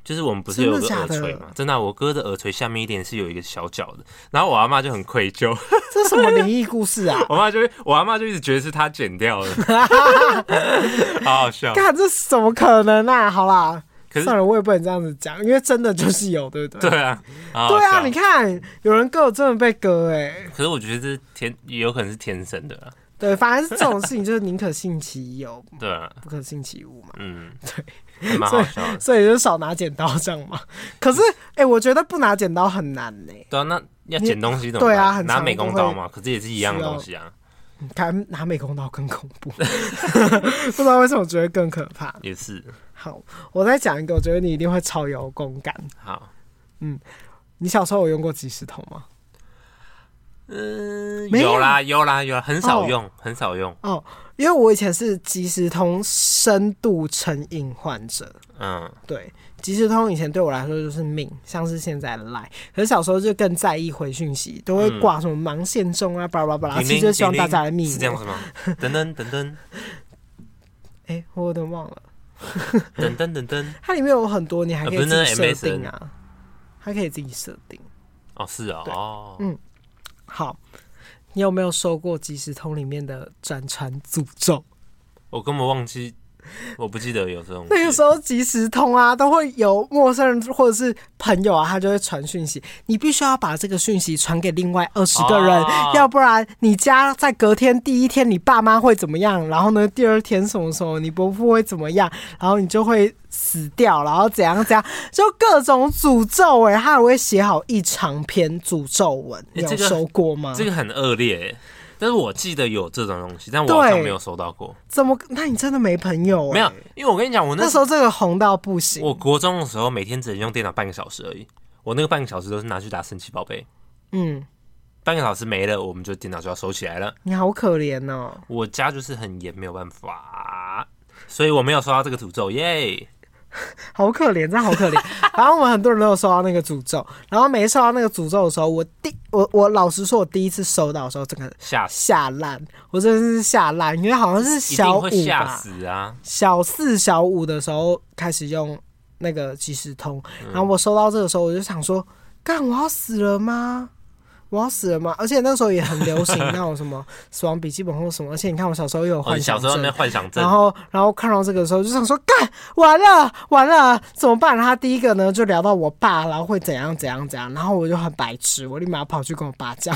Speaker 2: 就是我们不是有个
Speaker 1: 真的假
Speaker 2: 耳
Speaker 1: 的
Speaker 2: 垂嘛？真的啊、我哥的耳垂下面一点是有一个小角的。然后我阿妈就很愧疚，
Speaker 1: 这是什么灵异故事
Speaker 2: [LAUGHS]？
Speaker 1: 啊
Speaker 2: 我妈就会我阿妈就一直觉得是她剪
Speaker 1: [LAUGHS]
Speaker 2: 掉的，好好笑。
Speaker 1: 看这怎么可能啊？好啦
Speaker 2: 可，是
Speaker 1: 算了，我也不能这样子讲，因为真的就是有，对不对？
Speaker 2: 对啊，好好
Speaker 1: 对啊，
Speaker 2: 笑
Speaker 1: 你看有人割，我真的被割哎、
Speaker 2: 可是我觉得这是天，也有可能是天生的啊啦。
Speaker 1: 对，反正是这种事情就是宁可信其有，
Speaker 2: 对啊，
Speaker 1: 不可信其无嘛。
Speaker 2: 嗯，对，还蛮好笑的。
Speaker 1: 所以就少拿剪刀这样嘛。可是，哎、我觉得不拿剪刀很难呢、
Speaker 2: 对啊，那要
Speaker 1: 你
Speaker 2: 剪东西怎么办？
Speaker 1: 对啊很
Speaker 2: 拿
Speaker 1: 常
Speaker 2: 美工
Speaker 1: 都会
Speaker 2: 刀嘛，可是也是一样的东西啊，
Speaker 1: 你看拿美工刀更恐怖， [LAUGHS] 不知道为什么觉得更可怕。
Speaker 2: 也是。
Speaker 1: 好，我再讲一个，我觉得你一定会超有共感。
Speaker 2: 好，
Speaker 1: 你小时候有用过即时通吗？
Speaker 2: 嗯，
Speaker 1: 没有
Speaker 2: 有啦，有啦，有啦，很少
Speaker 1: 哦
Speaker 2: 用，很少用。
Speaker 1: 哦，因为我以前是即时通深度成瘾患者，
Speaker 2: 嗯，
Speaker 1: 对，即时通以前对我来说就是命，像是现在的 Line，可是小时候就更在意回讯息，都会挂什么忙线中啊，巴拉巴拉，
Speaker 2: 嗯叮
Speaker 1: 其
Speaker 2: 铃
Speaker 1: 实就希望
Speaker 2: 叮
Speaker 1: 大
Speaker 2: 铃
Speaker 1: 家来密
Speaker 2: 是这样
Speaker 1: 我。
Speaker 2: 子吗？噔噔噔噔
Speaker 1: 哎、我有点忘了，
Speaker 2: 噔噔噔噔，
Speaker 1: 它里面有很多你还可以
Speaker 2: 呃不是
Speaker 1: 自己设
Speaker 2: 那
Speaker 1: 定啊，它可以自己设定。
Speaker 2: 哦，是哦，
Speaker 1: 对
Speaker 2: 哦，
Speaker 1: 嗯好，你有没有收过即时通里面的转传诅咒？
Speaker 2: 我根本忘记，我不记得有这种
Speaker 1: [LAUGHS]
Speaker 2: 事。
Speaker 1: 那个时候即时通啊，都会有陌生人或者是朋友啊，他就会传讯息，你必须要把这个讯息传给另外二十个人，
Speaker 2: 哦
Speaker 1: 要不然你家在隔天第一天你爸妈会怎么样？然后呢，第二天什么什么，你伯父会怎么样？然后你就会死掉，然后怎样怎样，就各种诅咒哎、他还会写好一长篇诅咒文，
Speaker 2: 欸
Speaker 1: 你有
Speaker 2: 这个
Speaker 1: 收过吗？
Speaker 2: 这个很恶劣欸，但是我记得有这种东西，但我好像
Speaker 1: 对
Speaker 2: 没有收到过。
Speaker 1: 怎么？那你真的没朋友、欸？
Speaker 2: 没有，因为我跟你讲，我
Speaker 1: 那
Speaker 2: 那
Speaker 1: 时候这个红到不行。
Speaker 2: 我国中的时候，每天只能用电脑半个小时而已。我那个半个小时都是拿去打神奇宝贝，
Speaker 1: 嗯，
Speaker 2: 半个小时没了，我们就电脑就要收起来了。
Speaker 1: 你好可怜哦。
Speaker 2: 我家就是很严，没有办法，所以我没有收到这个诅咒，耶！
Speaker 1: 好可怜，真 [LAUGHS] 的好可怜。然后我们很多人都有收到那个诅咒，然后没收到那个诅咒的时候，我第我我老实说，我第一次收到的时候，整个
Speaker 2: 吓死，
Speaker 1: 吓烂，我真的是吓烂，因为好像是
Speaker 2: 一
Speaker 1: 小
Speaker 2: 定会
Speaker 1: 五
Speaker 2: 吓
Speaker 1: 吧，
Speaker 2: 死啊！
Speaker 1: 小四小五的时候开始用那个即时通，
Speaker 2: 嗯
Speaker 1: 然后我收到这个时候，我就想说，干我要死了吗？我要死了吗？而且那时候也很流
Speaker 2: [LAUGHS]
Speaker 1: 行那种什么死亡笔记本或什么，而且你看我小时候又有
Speaker 2: 哦，
Speaker 1: 幻
Speaker 2: 你小
Speaker 1: 想
Speaker 2: 时候
Speaker 1: 症
Speaker 2: 那，边幻想症
Speaker 1: 然，后，然后看到这个时候就想说，干完了完了怎么办？然后他第一个呢就聊到我爸，然后会怎样怎样怎样，然后我就很白痴，我立马跑去跟我爸讲，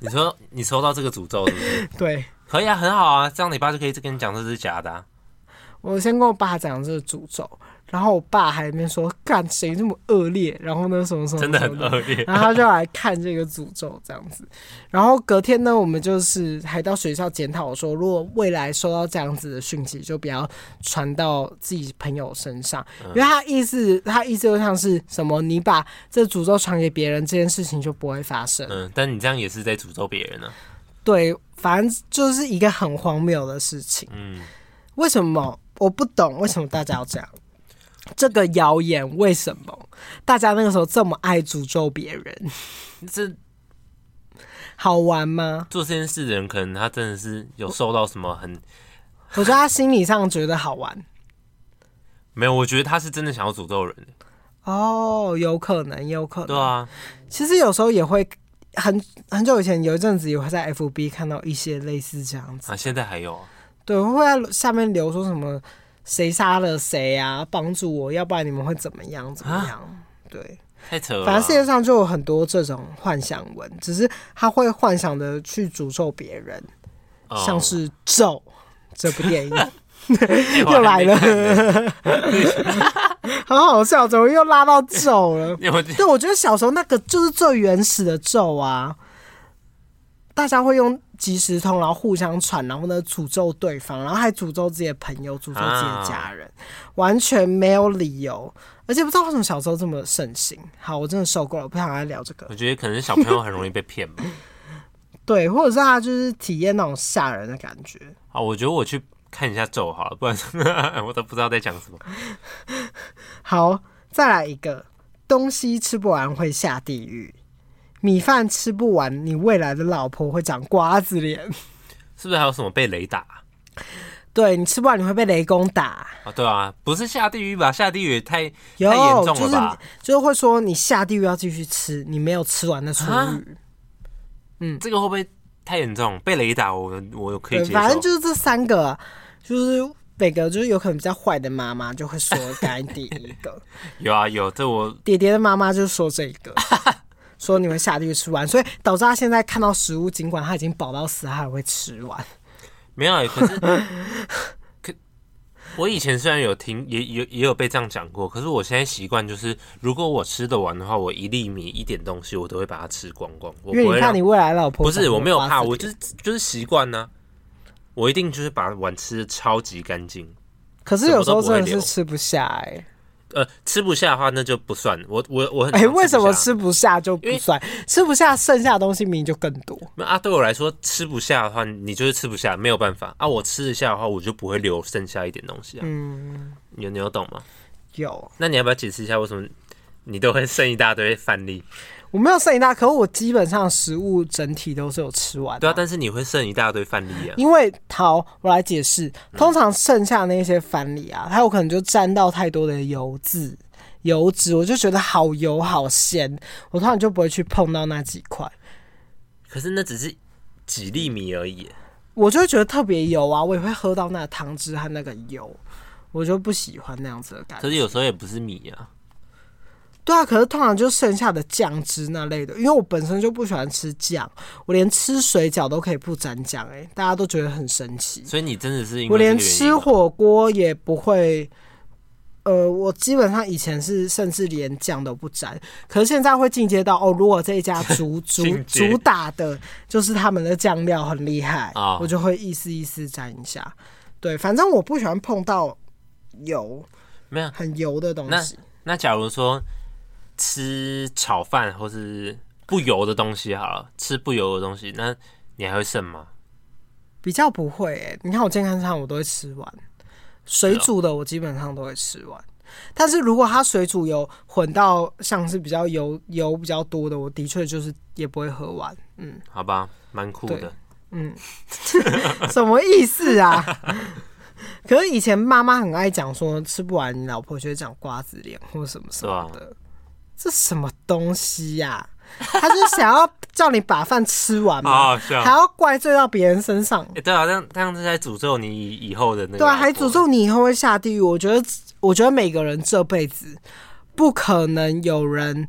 Speaker 2: 你说你收到这个诅咒是不是？
Speaker 1: 对
Speaker 2: 可以啊，很好啊，这样你爸就可以跟你讲这是假的、啊。
Speaker 1: 我先跟我爸讲这个诅咒，然后我爸还在那边说，干谁这么恶劣？然后呢什么什么
Speaker 2: 真的
Speaker 1: 什
Speaker 2: 很
Speaker 1: 么
Speaker 2: 恶劣。
Speaker 1: 然后他就来看这个诅咒这样子，然后隔天呢，我们就是还到学校检讨说，如果未来收到这样子的讯息，就不要传到自己朋友身上，因为他意思，他意思就像是什么，你把这诅咒传给别人，这件事情就不会发生。
Speaker 2: 嗯，但你这样也是在诅咒别人呢、啊。
Speaker 1: 对，反正就是一个很荒谬的事情。
Speaker 2: 嗯，
Speaker 1: 为什么我不懂？为什么大家要这样？这个谣言为什么大家那个时候这么爱诅咒别人？
Speaker 2: 这
Speaker 1: 好玩吗？
Speaker 2: 做这件事的人，可能他真的是有受到什么很
Speaker 1: [LAUGHS] 我觉得他心理上觉得好玩
Speaker 2: 没有，我觉得他是真的想要诅咒人。
Speaker 1: 哦，有可能，有可能。
Speaker 2: 对啊，
Speaker 1: 其实有时候也会很很久以前有一阵子也会在 FB 看到一些类似这样子，
Speaker 2: 啊，现在还有啊，
Speaker 1: 对，会在下面留说什么谁杀了谁啊，帮助我，要不然你们会怎么样怎么样？对，
Speaker 2: 太扯啊了啊。
Speaker 1: 反正世界上就有很多这种幻想文，只是他会幻想的去诅咒别人，
Speaker 2: 哦
Speaker 1: 像是《咒》这部电影。 [LAUGHS]
Speaker 2: 哎我
Speaker 1: 又来
Speaker 2: 还没
Speaker 1: 了
Speaker 2: 看呢 [LAUGHS]
Speaker 1: 很好笑，怎么又拉到咒了？
Speaker 2: 因为
Speaker 1: [LAUGHS]
Speaker 2: 我
Speaker 1: 对，我觉得小时候那个就是最原始的咒啊，大家会用即时通，然后互相传，然后呢诅咒对方，然后还诅咒自己的朋友，诅咒自己的家人，完全没有理由，而且不知道为什么小时候这么盛行。好，我真的受够了，我不想再聊这个。
Speaker 2: 我觉得可能小朋友很容易被骗吧。
Speaker 1: 对，或者是他就是体验那种吓人的感觉。
Speaker 2: 啊，我觉得我去看一下咒好了，不然 [LAUGHS] 我都不知道在讲什么。
Speaker 1: 好，再来一个，东西吃不完会下地狱，米饭吃不完，你未来的老婆会长瓜子脸。
Speaker 2: 是不是还有什么被雷打啊？
Speaker 1: 对你吃不完，你会被雷公打。
Speaker 2: 啊对啊，不是下地狱吧？下地狱也太
Speaker 1: 有
Speaker 2: 太严重
Speaker 1: 就
Speaker 2: 了
Speaker 1: 是
Speaker 2: 吧？
Speaker 1: 就是会说你下地狱要继续吃，你没有吃完的厨
Speaker 2: 啊
Speaker 1: 余。
Speaker 2: 这个会不会太严重？被雷打我，我可
Speaker 1: 嗯
Speaker 2: 以
Speaker 1: 对，
Speaker 2: 接受。
Speaker 1: 反正就是这三个啊，就是每个就是有可能比较坏的妈妈就会说该第一个，
Speaker 2: 有啊有，这我
Speaker 1: 爹爹的妈妈就说这个，说你会下地狱吃完，所以导致他现在看到食物，尽管他已经饱到死，他还会吃完。
Speaker 2: 没有、欸。可是可我以前虽然有听，也也也有被这样讲过，可是我现在习惯就是，如果我吃得完的话，我一粒米一点东西我都会把它吃光光，我
Speaker 1: 因为
Speaker 2: 不
Speaker 1: 你
Speaker 2: 会
Speaker 1: 怕
Speaker 2: 让
Speaker 1: 你未来老婆
Speaker 2: 不是
Speaker 1: 长
Speaker 2: 我没有
Speaker 1: 瓜子
Speaker 2: 怕，我
Speaker 1: 脸
Speaker 2: 就是就是习惯呢。我一定就是把碗吃的超级干净，
Speaker 1: 可是
Speaker 2: 什么
Speaker 1: 有时候
Speaker 2: 都不会
Speaker 1: 真的是
Speaker 2: 留
Speaker 1: 吃不下哎、
Speaker 2: 呃，吃不下的话那就不算。我我 [LAUGHS] 我很
Speaker 1: 哎、
Speaker 2: 常
Speaker 1: 为什么
Speaker 2: 不下
Speaker 1: 吃不下就不算？吃不下剩下的东西明明就更多。
Speaker 2: 那啊，对我来说，吃不下的话，你就是吃不下，没有办法啊。我吃得下的话，我就不会留剩下一点东西啊。
Speaker 1: 嗯，
Speaker 2: 你你有懂吗？
Speaker 1: 有
Speaker 2: 那你要不要解释一下为什么你都会剩一大堆饭粒？
Speaker 1: 我没有剩一大，可我基本上食物整体都是有吃完的
Speaker 2: [LAUGHS] 对
Speaker 1: 啊、
Speaker 2: 啊，但是你会剩一大堆饭粒啊。
Speaker 1: 因为好，我来解释，
Speaker 2: 嗯
Speaker 1: 通常剩下那些番里啊，它有可能就沾到太多的油渍、油脂，我就觉得好油好咸，我通常就不会去碰到那几块，
Speaker 2: 可是那只是几粒米而已。
Speaker 1: 我就会觉得特别油啊，我也会喝到那个汤汁和那个油，我就不喜欢那样子的感
Speaker 2: 可
Speaker 1: 觉。
Speaker 2: 是有时候也不是米啊。
Speaker 1: 对啊，可是通常就剩下的酱汁那类的，因为我本身就不喜欢吃酱，我连吃水饺都可以不沾酱，哎，大家都觉得很神奇。
Speaker 2: 所以你真的是因
Speaker 1: 我
Speaker 2: 为这个
Speaker 1: 连
Speaker 2: 原因
Speaker 1: 吃
Speaker 2: 吗
Speaker 1: 火锅也不会，呃，我基本上以前是甚至连酱都不沾，可是现在会进阶到哦，如果这一家主主
Speaker 2: [LAUGHS] 进阶
Speaker 1: 主打的就是他们的酱料很厉害，
Speaker 2: 哦
Speaker 1: 我就会意思意思沾一下。对，反正我不喜欢碰到油
Speaker 2: 没有。
Speaker 1: 很油的东西。
Speaker 2: 那假如说吃炒饭或是不油的东西好了，吃不油的东西，那你还会剩吗？
Speaker 1: 比较不会、欸。你看我健康餐我都会吃完，水煮的我基本上都会吃完。但是如果它水煮有混到像是比较油油比较多的，我的确就是也不会喝完。
Speaker 2: [LAUGHS]
Speaker 1: 嗯，
Speaker 2: 好吧，蛮酷
Speaker 1: 对
Speaker 2: 的。
Speaker 1: 什么意思啊？ [LAUGHS] 可是以前妈妈很爱讲说，吃不完你老婆就会讲瓜子脸或什么什么的，这什么东西呀、她就想要叫你把饭吃完
Speaker 2: 好 [LAUGHS]
Speaker 1: 嘛，
Speaker 2: 好笑
Speaker 1: 还要怪罪到别人身上。
Speaker 2: 欸对啊，这样这样是在诅咒你以以后的那个
Speaker 1: 对啊，
Speaker 2: 老婆
Speaker 1: 还诅咒你以后会下地狱。我觉得，我觉得每个人这辈子不可能有人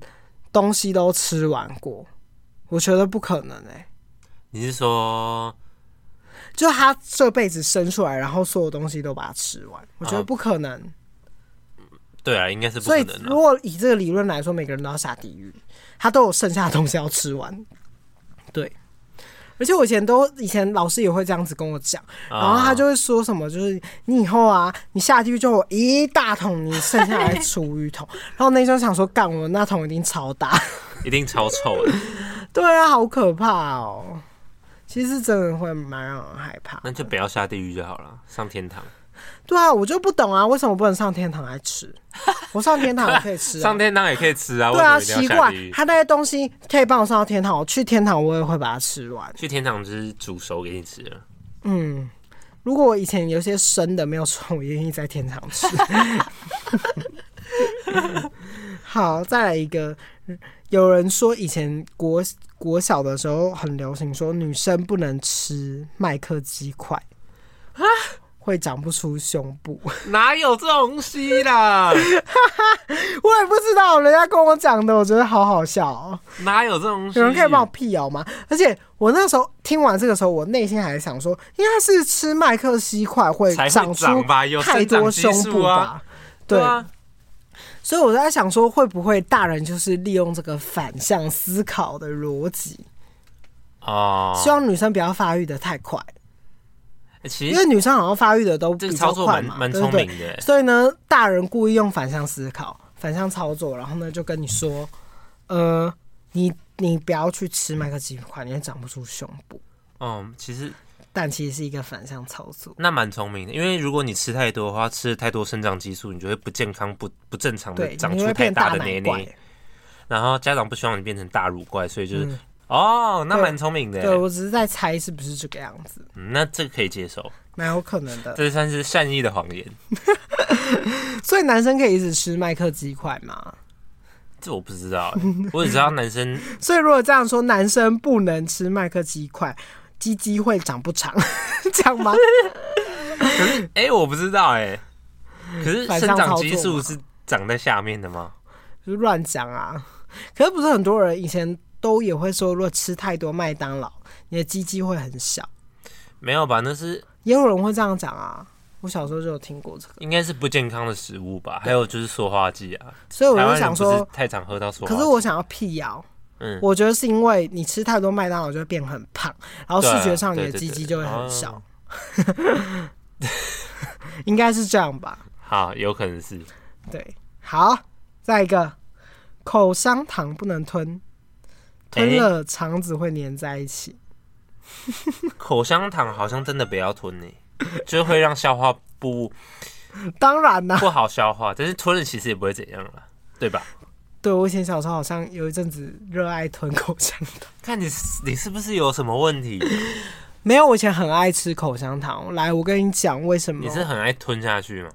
Speaker 1: 东西都吃完过，我觉得不可能哎、
Speaker 2: 你是说
Speaker 1: 就他这辈子生出来，然后所有东西都把它吃完，我觉得
Speaker 2: 啊
Speaker 1: 不可能。
Speaker 2: 对啊，应该是不
Speaker 1: 所
Speaker 2: 可
Speaker 1: 以，
Speaker 2: 能
Speaker 1: 如
Speaker 2: 的。
Speaker 1: 果以这个理论来说，每个人都要下地狱，他都有剩下的东西要吃完。对，而且我以前都以前老师也会这样子跟我讲，
Speaker 2: 啊
Speaker 1: 然后他就会说什么，就是你以后啊，你下地狱就有一大桶你剩下来的厨余桶。然后那时候想说，干我那桶一定超
Speaker 2: [LAUGHS]
Speaker 1: 大，
Speaker 2: 一定超臭的。
Speaker 1: 对啊，好可怕哦。其实真的会蛮让人害怕。
Speaker 2: 那就不要下地狱就好了，上天堂。
Speaker 1: 对啊，我就不懂啊，为什么不能上天堂来
Speaker 2: [LAUGHS]
Speaker 1: 吃？我上天堂也可以吃、啊
Speaker 2: 上，天堂也可以吃啊，为
Speaker 1: 对
Speaker 2: 什
Speaker 1: 啊，
Speaker 2: 么一定要
Speaker 1: 奇
Speaker 2: 下
Speaker 1: 怪
Speaker 2: 地，狱？
Speaker 1: 他那些东西可以帮我上到天堂，我去天堂我也会把它吃完。
Speaker 2: 去天堂就是煮熟给你吃了。
Speaker 1: 嗯，如果我以前有些生的没有吃完，我愿意在天堂吃。好，再来一个。有人说以前国国小的时候很流行说女生不能吃麦克鸡块会长不出胸部。
Speaker 2: 哪有这种东西啦？
Speaker 1: 我也不知道，人家跟我讲的，我觉得好好笑、哦。
Speaker 2: 哪有这种东西？
Speaker 1: 有人可以帮我辟谣吗？而且我那时候听完这个时候，我内心还想说，应该是吃麦克西块会
Speaker 2: 才会
Speaker 1: 长出
Speaker 2: 长吧有
Speaker 1: 太
Speaker 2: 生长
Speaker 1: 多
Speaker 2: 激
Speaker 1: 胸
Speaker 2: 素
Speaker 1: 部
Speaker 2: 啊
Speaker 1: 吧？对，
Speaker 2: 啊，
Speaker 1: 所以我在想说，会不会大人就是利用这个反向思考的逻辑，
Speaker 2: 哦，
Speaker 1: 希望女生不要发育的太快，
Speaker 2: 欸其
Speaker 1: 因
Speaker 2: 实
Speaker 1: 为女生好像发育的都
Speaker 2: 这
Speaker 1: 比
Speaker 2: 个
Speaker 1: 较
Speaker 2: 操作
Speaker 1: 快
Speaker 2: 蛮
Speaker 1: 嘛，
Speaker 2: 蛮
Speaker 1: 对
Speaker 2: 聪
Speaker 1: 不
Speaker 2: 明
Speaker 1: 对？
Speaker 2: 的欸。
Speaker 1: 所以呢，大人故意用反向思考、反向操作，然后呢就跟你说，呃，你你不要去吃麦克鸡块，你会长不出胸部。
Speaker 2: 嗯，其实
Speaker 1: 但其实是一个反向操作。
Speaker 2: 那蛮聪明的，因为如果你吃太多的话，吃了太多生长激素，你就会不健康、不不正常的
Speaker 1: 对，
Speaker 2: 长
Speaker 1: 你
Speaker 2: 出
Speaker 1: 会
Speaker 2: 太
Speaker 1: 变大
Speaker 2: 的
Speaker 1: 奶
Speaker 2: 年
Speaker 1: 怪
Speaker 2: 龄。。然后家长不希望你变成大乳怪，所以就是、
Speaker 1: 嗯
Speaker 2: 哦，那
Speaker 1: 对
Speaker 2: 蛮聪明的
Speaker 1: 对
Speaker 2: 耶、
Speaker 1: 我只是在猜是不是这个样子，
Speaker 2: 嗯那这个可以接受，
Speaker 1: 蛮有可能的。
Speaker 2: 这算是善意的谎言。
Speaker 1: 所以男生可以一直吃麦克鸡块吗？
Speaker 2: 这我不知道耶、我只知道男生 [LAUGHS]
Speaker 1: 所以如果这样说，男生不能吃麦克鸡块，鸡鸡会长不长， [LAUGHS] 这样吗？
Speaker 2: 哎、我不知道哎、可是
Speaker 1: 反
Speaker 2: 生
Speaker 1: 向
Speaker 2: 长
Speaker 1: 操
Speaker 2: 激
Speaker 1: 作
Speaker 2: 素
Speaker 1: 嘛
Speaker 2: 是长在下面的吗？
Speaker 1: 就乱讲啊！可是不是很多人以前都也会说，如果吃太多麦当劳，你的鸡鸡会很小，
Speaker 2: 没有吧，那是
Speaker 1: 也有人会这样讲啊。我小时候就有听过这个，
Speaker 2: 应该是不健康的食物吧？还有就是塑化剂啊，
Speaker 1: 所以我
Speaker 2: 台
Speaker 1: 就
Speaker 2: 湾人
Speaker 1: 想
Speaker 2: 不
Speaker 1: 说
Speaker 2: 是，太常喝到塑化
Speaker 1: 可
Speaker 2: 剂。
Speaker 1: 是我想要辟谣，
Speaker 2: 嗯
Speaker 1: 我觉得是因为你吃太多麦当劳就会变很胖，然后视
Speaker 2: 对啊
Speaker 1: 觉上你的
Speaker 2: 对对
Speaker 1: 鸡
Speaker 2: 对
Speaker 1: 鸡就会很
Speaker 2: 哦
Speaker 1: 小， [LAUGHS] 应该是这样吧？
Speaker 2: 好，有可能是
Speaker 1: 对，好，再一个，口香糖不能吞，吞
Speaker 2: 诶
Speaker 1: 了肠子会粘在一起。
Speaker 2: 口香糖，好像真的不要吞呢、就会让消化不
Speaker 1: 当然啦、
Speaker 2: 不好消化，但是吞了其实也不会怎样了，对吧？
Speaker 1: 对我以前小时候好像有一阵子热爱吞口香糖， [LAUGHS]
Speaker 2: 看你是你是不是有什么问题？
Speaker 1: 没有，我以前很爱吃口香糖。来，我跟你讲为什么
Speaker 2: 你是很爱吞下去吗？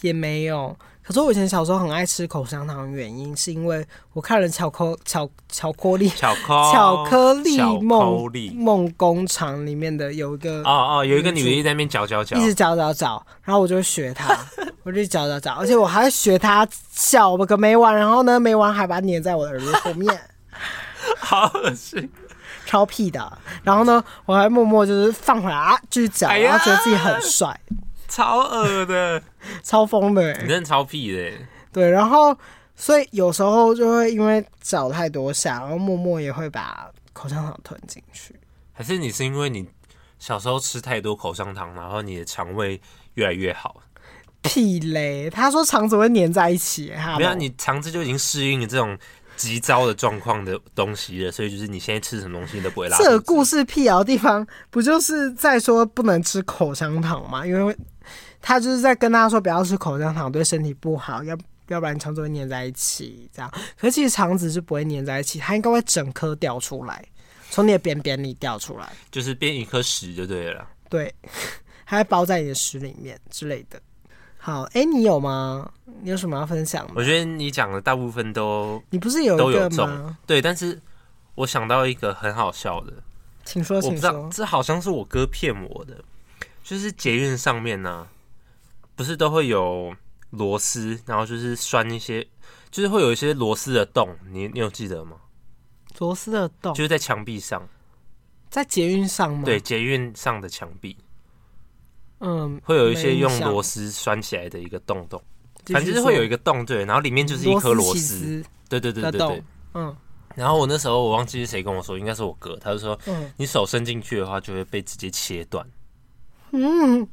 Speaker 1: 也没有。可是我以前小时候很爱吃口香糖，的原因是因为我看了巧克巧巧克力
Speaker 2: 巧克
Speaker 1: 巧克力
Speaker 2: 哦巧克
Speaker 1: 梦
Speaker 2: 力
Speaker 1: 梦工厂里面的有一个
Speaker 2: 哦哦，有一个女
Speaker 1: 女
Speaker 2: 的
Speaker 1: 主
Speaker 2: 一直在那边嚼嚼嚼
Speaker 1: 一，直找找找，然后我就学它，我就找找找，而且我还学它笑个没完，然后呢没完还把它粘在我的耳朵后面，
Speaker 2: 好恶心。
Speaker 1: 超屁的。然后呢，我还默默就是放回来啊，继续嚼，
Speaker 2: 哎呀
Speaker 1: 然后觉得自己很帅，
Speaker 2: 超恶
Speaker 1: [LAUGHS]
Speaker 2: 的，
Speaker 1: 超疯的、
Speaker 2: 你
Speaker 1: 欸。
Speaker 2: 真的超屁的欸，
Speaker 1: 对，然后所以有时候就会因为找太多下，然后默默也会把口香糖吞进去。
Speaker 2: 还是你是因为你小时候吃太多口香糖，然后你的肠胃越来越好？
Speaker 1: 屁嘞！他说肠子会粘在一起、欸，哈，
Speaker 2: 没有，啊你肠子就已经适应了这种极糟的状况的东西了，所以就是你现在吃什么东西都不会拉。
Speaker 1: 这个故事辟谣的地方，不就是在说不能吃口香糖吗？因为他就是在跟大家说不要吃口香糖，对身体不好，要要不然肠子会粘在一起这样。可是其实肠子是不会粘在一起，它应该会整颗掉出来，从你的便便里掉出来，
Speaker 2: 就是变一颗屎就对了啦。
Speaker 1: 对， [LAUGHS] 还会包在你的屎里面之类的。好，哎、你有吗？你有什么要分享
Speaker 2: 我
Speaker 1: 吗？
Speaker 2: 觉得你讲的大部分都
Speaker 1: 你不是有
Speaker 2: 都
Speaker 1: 一
Speaker 2: 有
Speaker 1: 个
Speaker 2: 中
Speaker 1: 吗？，
Speaker 2: 对，但是我想到一个很好笑的，
Speaker 1: 请说，
Speaker 2: 我不
Speaker 1: 请
Speaker 2: 知道
Speaker 1: 说。
Speaker 2: 这好像是我哥骗我的，就是捷运上面呢、不是都会有螺丝，然后就是拴一些，就是会有一些螺丝的洞，你你有记得吗？
Speaker 1: 螺丝的洞
Speaker 2: 就是在墙壁上，
Speaker 1: 哦在捷运上吗？
Speaker 2: 对，，捷运上的墙壁
Speaker 1: 嗯，
Speaker 2: 会有一些
Speaker 1: 没印
Speaker 2: 用
Speaker 1: 象
Speaker 2: 螺丝拴起来的一个洞洞，
Speaker 1: 继续
Speaker 2: 反正就是会
Speaker 1: 说
Speaker 2: 有一个洞，对，然后里面就是一颗螺
Speaker 1: 起
Speaker 2: 丝，
Speaker 1: 司
Speaker 2: 对对对
Speaker 1: 的
Speaker 2: 对对
Speaker 1: 洞。。嗯
Speaker 2: 然后我那时候我忘记是谁跟我说，应该是我哥，他就说
Speaker 1: 嗯
Speaker 2: 你手伸进去的话就会被直接切断，
Speaker 1: 嗯，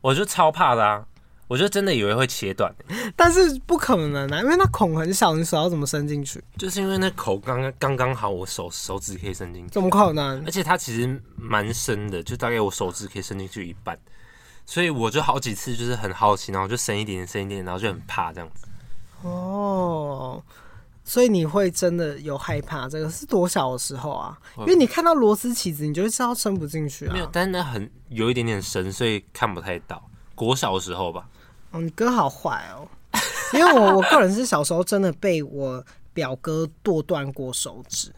Speaker 2: 我就超怕啦、我就真的以为会切断。
Speaker 1: 但是不可能啊，因为那孔很小，你手要怎么伸进去？
Speaker 2: 就是因为那口刚刚刚刚好，我手手指可以伸进去，
Speaker 1: 怎么可能
Speaker 2: 而？且它其实蛮深的，就大概我手指可以伸进去一半，所以我就好几次就是很好奇，然后就伸一点点，伸一点点，然后就很怕这样子。
Speaker 1: 哦，所以你会真的有害怕这个是多小的时候啊？
Speaker 2: 会
Speaker 1: 因为你看到螺丝起子，你就会知道伸不进去
Speaker 2: 没有
Speaker 1: 啊，。
Speaker 2: 但是那很有一点点深，所以看不太到。国小的时候吧，
Speaker 1: 哦，你哥好坏哦， [LAUGHS] 因为我我个人是小时候真的被我表哥剁断过手指，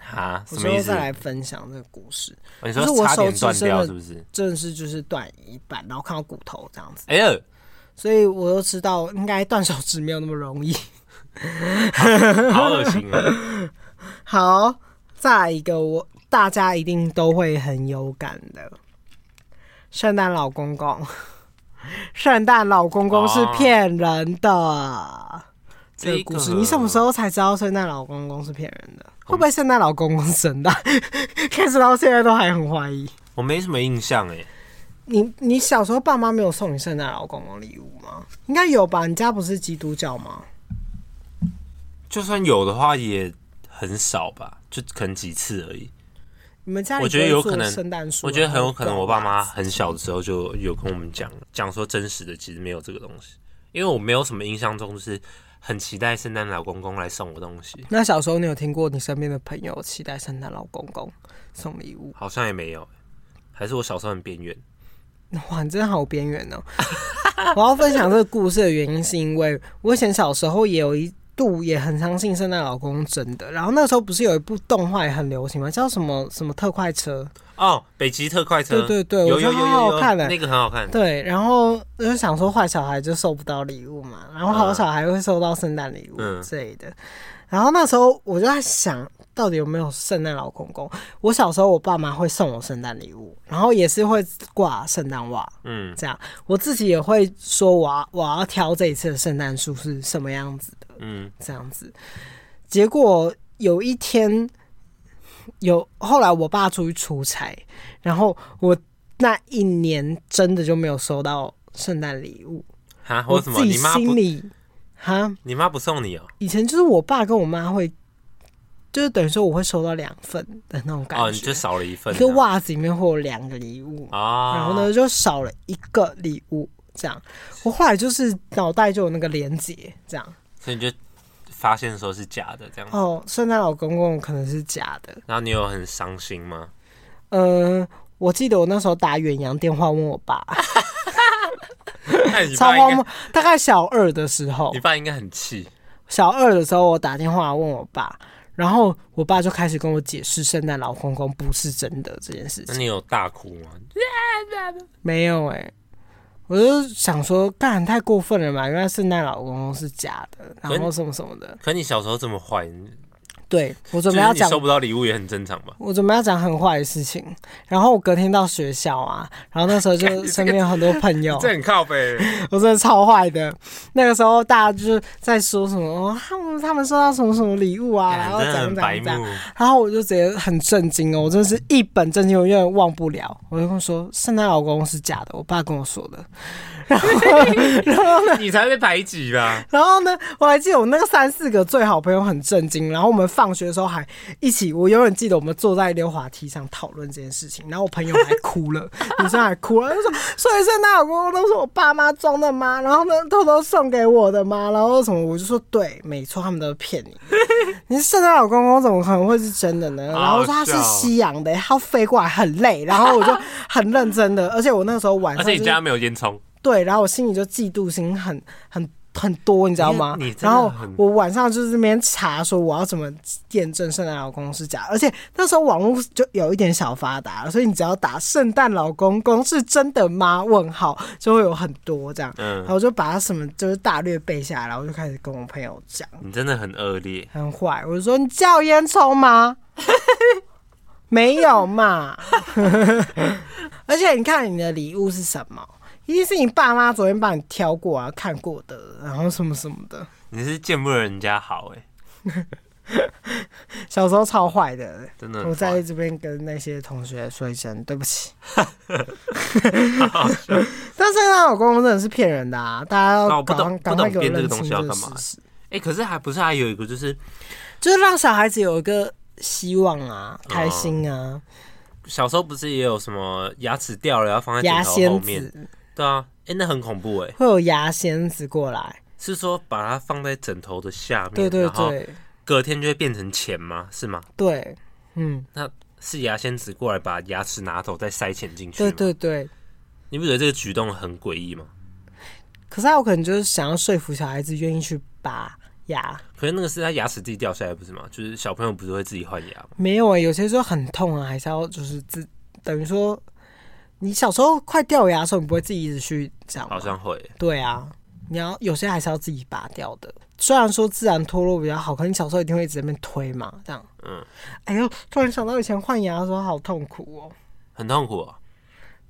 Speaker 2: 哈，
Speaker 1: 我
Speaker 2: 什
Speaker 1: 之
Speaker 2: 么
Speaker 1: 后
Speaker 2: 意思
Speaker 1: 再？来分享这个故事，
Speaker 2: 哦你
Speaker 1: 可是我
Speaker 2: 说差点
Speaker 1: 手
Speaker 2: 断
Speaker 1: 指真的
Speaker 2: 掉是不是？
Speaker 1: 真的是就是断一半，然后看到骨头这样子。
Speaker 2: 哎呦，
Speaker 1: 所以我又知道应该断手指没有那么容易。
Speaker 2: 好恶心啊！
Speaker 1: 好，再来一个我大家一定都会很有感的，圣诞老公公。 [LAUGHS] 圣诞老公公是骗人的，这个故事
Speaker 2: 这个
Speaker 1: 你什么时候才知道圣诞老公公是骗人的？会不会圣诞老公公是真的？ [LAUGHS] 开始到现在都还很怀疑。
Speaker 2: 我没什么印象哎，
Speaker 1: 你你小时候爸妈没有送你圣诞老公公礼物吗？应该有吧？你家不是基督教吗？
Speaker 2: 就算有的话也很少吧，就可能几次而已。
Speaker 1: 你们家里
Speaker 2: 我觉得有
Speaker 1: 不会
Speaker 2: 可
Speaker 1: 做
Speaker 2: 能
Speaker 1: 圣诞树啊，
Speaker 2: 我觉得很有可能，
Speaker 1: 或者
Speaker 2: 我爸妈很小的时候就有跟我们讲讲说，真实的其实没有这个东西，因为我没有什么印象中就是很期待圣诞老公公来送我东西，
Speaker 1: 那小时候你有听过你身边的朋友期待圣诞老公公送礼物？ [LAUGHS]
Speaker 2: 好像也没有，还是我小时候很边缘。
Speaker 1: 哇，你真的好边缘哦！ [LAUGHS] 我要分享这个故事的原因，是因为我以前小时候也有一度也很相信圣诞老公公真的。然后那时候不是有一部动画也很流行吗？叫什么什么特快车？
Speaker 2: 哦，北极特快车，
Speaker 1: 对对对
Speaker 2: 哦有
Speaker 1: 我觉
Speaker 2: 有
Speaker 1: 得
Speaker 2: 有有
Speaker 1: 好好
Speaker 2: 有
Speaker 1: 看欸
Speaker 2: 那个很好看，
Speaker 1: 对，然后我就想说坏小孩就收不到礼物嘛，然后好小孩会收到圣诞礼物
Speaker 2: 嗯
Speaker 1: 之类的。然后那时候我就在想，到底有没有圣诞老公公？我小时候我爸妈会送我圣诞礼物，然后也是会挂圣诞袜，
Speaker 2: 嗯，
Speaker 1: 这样我自己也会说我要我要挑这一次的圣诞树是什么样子的，
Speaker 2: 嗯，
Speaker 1: 这样子。结果有一天，有后来我爸出去出差，然后我那一年真的就没有收到圣诞礼物，
Speaker 2: 哈，
Speaker 1: 我
Speaker 2: 或
Speaker 1: 自
Speaker 2: 什么？
Speaker 1: 己
Speaker 2: 你妈
Speaker 1: 心
Speaker 2: 不，
Speaker 1: 里哈，
Speaker 2: 你妈不送你哦？
Speaker 1: 以前就是我爸跟我妈会，就是等于说我会收到两份的那种感觉，
Speaker 2: 哦，你就少了一份
Speaker 1: 一
Speaker 2: 这
Speaker 1: 个
Speaker 2: 样，
Speaker 1: 袜子里面会有两个礼物，
Speaker 2: 啊，
Speaker 1: 然后呢就少了一个礼物，这样。我后来就是脑袋就有那个连接，这样。
Speaker 2: 所以你就发现说是假的这样，
Speaker 1: 哦，圣诞老公公可能是假的。
Speaker 2: 然后你有很伤
Speaker 1: [LAUGHS]
Speaker 2: 心吗？
Speaker 1: 嗯，我记得我那时候打远洋电话问我爸，
Speaker 2: 那 [LAUGHS] 你
Speaker 1: 超
Speaker 2: 爸
Speaker 1: 荒
Speaker 2: 应该
Speaker 1: 谬，大概小二的时候
Speaker 2: 你，爸应该很气，
Speaker 1: 小二的时候我打电话问我爸，然后我爸就开始跟我解释圣诞老公公不是真的这件事
Speaker 2: 那
Speaker 1: 情。
Speaker 2: 你有大哭吗？
Speaker 1: 没有哎、我就想说，干太过分了嘛！原来圣诞老公公是假的，然后什么什么的。
Speaker 2: 可你小时候这么坏，你
Speaker 1: 对我
Speaker 2: 就
Speaker 1: 准备
Speaker 2: 是
Speaker 1: 要
Speaker 2: 你
Speaker 1: 讲
Speaker 2: 收不到礼物也很正常吧？
Speaker 1: 我准备要讲很坏的事情，然后我隔天到学校啊，然后那时候
Speaker 2: 干你这
Speaker 1: 就
Speaker 2: 个
Speaker 1: 身边有很多朋友，
Speaker 2: 很靠背，
Speaker 1: 我真的超坏的。那个时候大家就是在说什么，哦、他们他们收到什么什么礼物啊，然
Speaker 2: 干
Speaker 1: 后
Speaker 2: 哎真
Speaker 1: 怎
Speaker 2: 的
Speaker 1: 样
Speaker 2: 很
Speaker 1: 怎
Speaker 2: 白
Speaker 1: 样怎样
Speaker 2: 目，，
Speaker 1: 然后我就直接很震惊哦，我真的是一本正经，我永远忘不了。我就跟我说，圣诞老公是假的，我爸跟我说的。
Speaker 2: [LAUGHS] 你才被排挤
Speaker 1: [LAUGHS]
Speaker 2: 吧？
Speaker 1: 然后呢，我还记得我那个三四个最好朋友很震惊，然后我们放学的时候还一起，我永远记得我们坐在溜滑梯上讨论这件事情，然后我朋友还哭了， [LAUGHS] 女生还哭了，就说所以圣诞老公公都是我爸妈装的吗？然后呢，偷偷送给我的吗？然后什么，我就说对，没错，他们都是骗
Speaker 2: [LAUGHS]
Speaker 1: 你，你是圣诞老公公怎么可能会是真的呢？
Speaker 2: 好
Speaker 1: 然后说他是
Speaker 2: 笑
Speaker 1: 西洋的，他飞过来很累，然后我就很认真的，而且我那时候晚
Speaker 2: 而
Speaker 1: 上、
Speaker 2: 且
Speaker 1: 就是
Speaker 2: 你家没有烟囱，
Speaker 1: 对，然后我心里就嫉妒心很很很多，你知道吗
Speaker 2: 你你？真
Speaker 1: 然
Speaker 2: 的
Speaker 1: 后
Speaker 2: 很
Speaker 1: 我晚上就是那边查说我要怎么验证圣诞老公是假，而且那时候网络就有一点小发达了，所以你只要打“圣诞老公公是真的吗？”问号就会有很多这样。然
Speaker 2: 嗯，
Speaker 1: 后我就把它什么就是大略背下来，然后我就开始跟我朋友讲，
Speaker 2: 你真的很恶劣，
Speaker 1: 很坏，我就说你叫烟抽吗？ [LAUGHS] 没有嘛。 [LAUGHS] 而且你看你的礼物是什么？一定是你爸妈昨天帮你挑过啊、看过的，然后什么什么的。
Speaker 2: 你是见不得人家好哎，
Speaker 1: 小时候超坏的，
Speaker 2: 真的很
Speaker 1: 我在
Speaker 2: 坏
Speaker 1: 这边跟那些同学说一声对不起。但是那老公公真的是骗人的啊！大家
Speaker 2: 那
Speaker 1: 要
Speaker 2: 我不
Speaker 1: 赶
Speaker 2: 懂
Speaker 1: 快赶
Speaker 2: 不
Speaker 1: 快
Speaker 2: 懂
Speaker 1: 给我
Speaker 2: 编这
Speaker 1: 认
Speaker 2: 个东
Speaker 1: 清
Speaker 2: 西
Speaker 1: 这
Speaker 2: 要
Speaker 1: 个
Speaker 2: 干
Speaker 1: 事
Speaker 2: 嘛
Speaker 1: 实，
Speaker 2: 哎，可是还不是还有一个就是
Speaker 1: 就是让小孩子有一个希望啊、开心
Speaker 2: 哦
Speaker 1: 啊、
Speaker 2: 小时候不是也有什么牙齿掉了要放在
Speaker 1: 牙
Speaker 2: 枕头后
Speaker 1: 仙
Speaker 2: 面
Speaker 1: 子，。
Speaker 2: 对啊，哎、那很恐怖哎、
Speaker 1: 会有牙仙子过来，
Speaker 2: 是说把它放在枕头的下面，
Speaker 1: 对对
Speaker 2: 然后
Speaker 1: 对
Speaker 2: 隔天就会变成钱吗？是吗？
Speaker 1: 对，嗯，
Speaker 2: 是牙仙子过来把牙齿拿走，再塞钱进去吗
Speaker 1: 对对对。
Speaker 2: 你不觉得这个举动很诡异吗？
Speaker 1: 可是他有可能就是想要说服小孩子愿意去拔牙，
Speaker 2: 可是那个是他牙齿自己掉下来，不是吗？就是小朋友不是会自己换牙吗？
Speaker 1: 没有啊、有些时候很痛啊，还是要就是自等于说，你小时候快掉牙的时候，你不会自己一直去这样吗
Speaker 2: 好像会、
Speaker 1: 对啊，你要有些还是要自己拔掉的。虽然说自然脱落比较好，可是你小时候一定会一直在那边推嘛，这样。
Speaker 2: 嗯，
Speaker 1: 哎呦，突然想到以前换牙的时候好痛苦哦，
Speaker 2: 很痛苦、哦。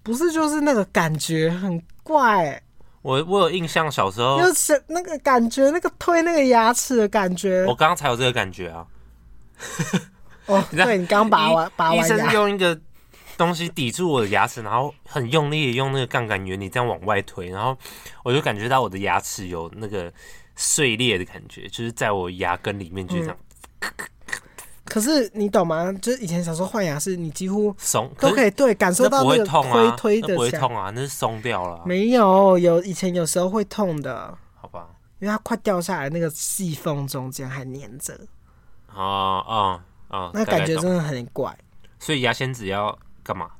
Speaker 1: 不是就是那个感觉很怪、欸
Speaker 2: 我我有印象，小时候
Speaker 1: 就是那个感觉，那个推那个牙齿的感觉
Speaker 2: 我。刚刚才有这个感觉啊，
Speaker 1: 哦，
Speaker 2: 知道
Speaker 1: 对你刚拔完拔
Speaker 2: 医
Speaker 1: 完
Speaker 2: 生
Speaker 1: 牙，
Speaker 2: 用一个东西抵住我的牙齿，然后很用力地用那个杠杆原理这样往外推，然后我就感觉到我的牙齿有那个碎裂的感觉，就是在我牙根里面就是这样
Speaker 1: 嗯可是你懂吗？就是以前小时候换牙是你几乎
Speaker 2: 松，
Speaker 1: 都可
Speaker 2: 以
Speaker 1: 以对感受到
Speaker 2: 不
Speaker 1: 那
Speaker 2: 会
Speaker 1: 个
Speaker 2: 痛啊，
Speaker 1: 推推
Speaker 2: 那不
Speaker 1: 的
Speaker 2: 会
Speaker 1: 响。
Speaker 2: 痛啊，那是松掉了啊、
Speaker 1: 没有，有以前有时候会痛的，
Speaker 2: 好吧？
Speaker 1: 因为它快掉下来，那个细缝中间还粘着，
Speaker 2: 啊啊啊！
Speaker 1: 那
Speaker 2: 大概
Speaker 1: 感觉
Speaker 2: 懂
Speaker 1: 真的很怪。
Speaker 2: 所以牙仙子要干嘛？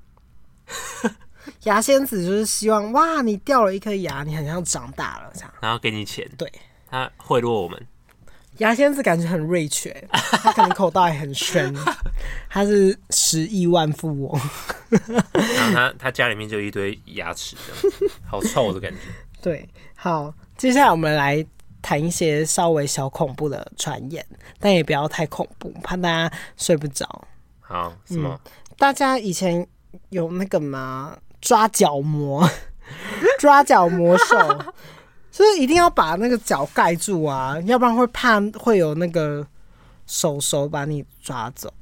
Speaker 1: 牙仙子就是希望哇，你掉了一颗牙，你很像长大了这样。
Speaker 2: 然后给你钱，
Speaker 1: 对，
Speaker 2: 他贿赂我们，
Speaker 1: 牙仙子感觉很 rich，、欸、他可能口袋很
Speaker 2: [LAUGHS]
Speaker 1: 深，他是十亿万富翁。
Speaker 2: 然
Speaker 1: [LAUGHS]
Speaker 2: 后他他家里面就一堆牙齿，这样好臭的感觉。
Speaker 1: 对，好，接下来我们来谈一些稍微小恐怖的传言，但也不要太恐怖，怕大家睡不着。
Speaker 2: 好，
Speaker 1: 嗯
Speaker 2: 什么？
Speaker 1: 大家以前有那个吗？抓角魔， [LAUGHS] 抓角魔兽， [LAUGHS] 就是一定要把那个脚盖住啊，要不然会怕会有那个手手把你抓走，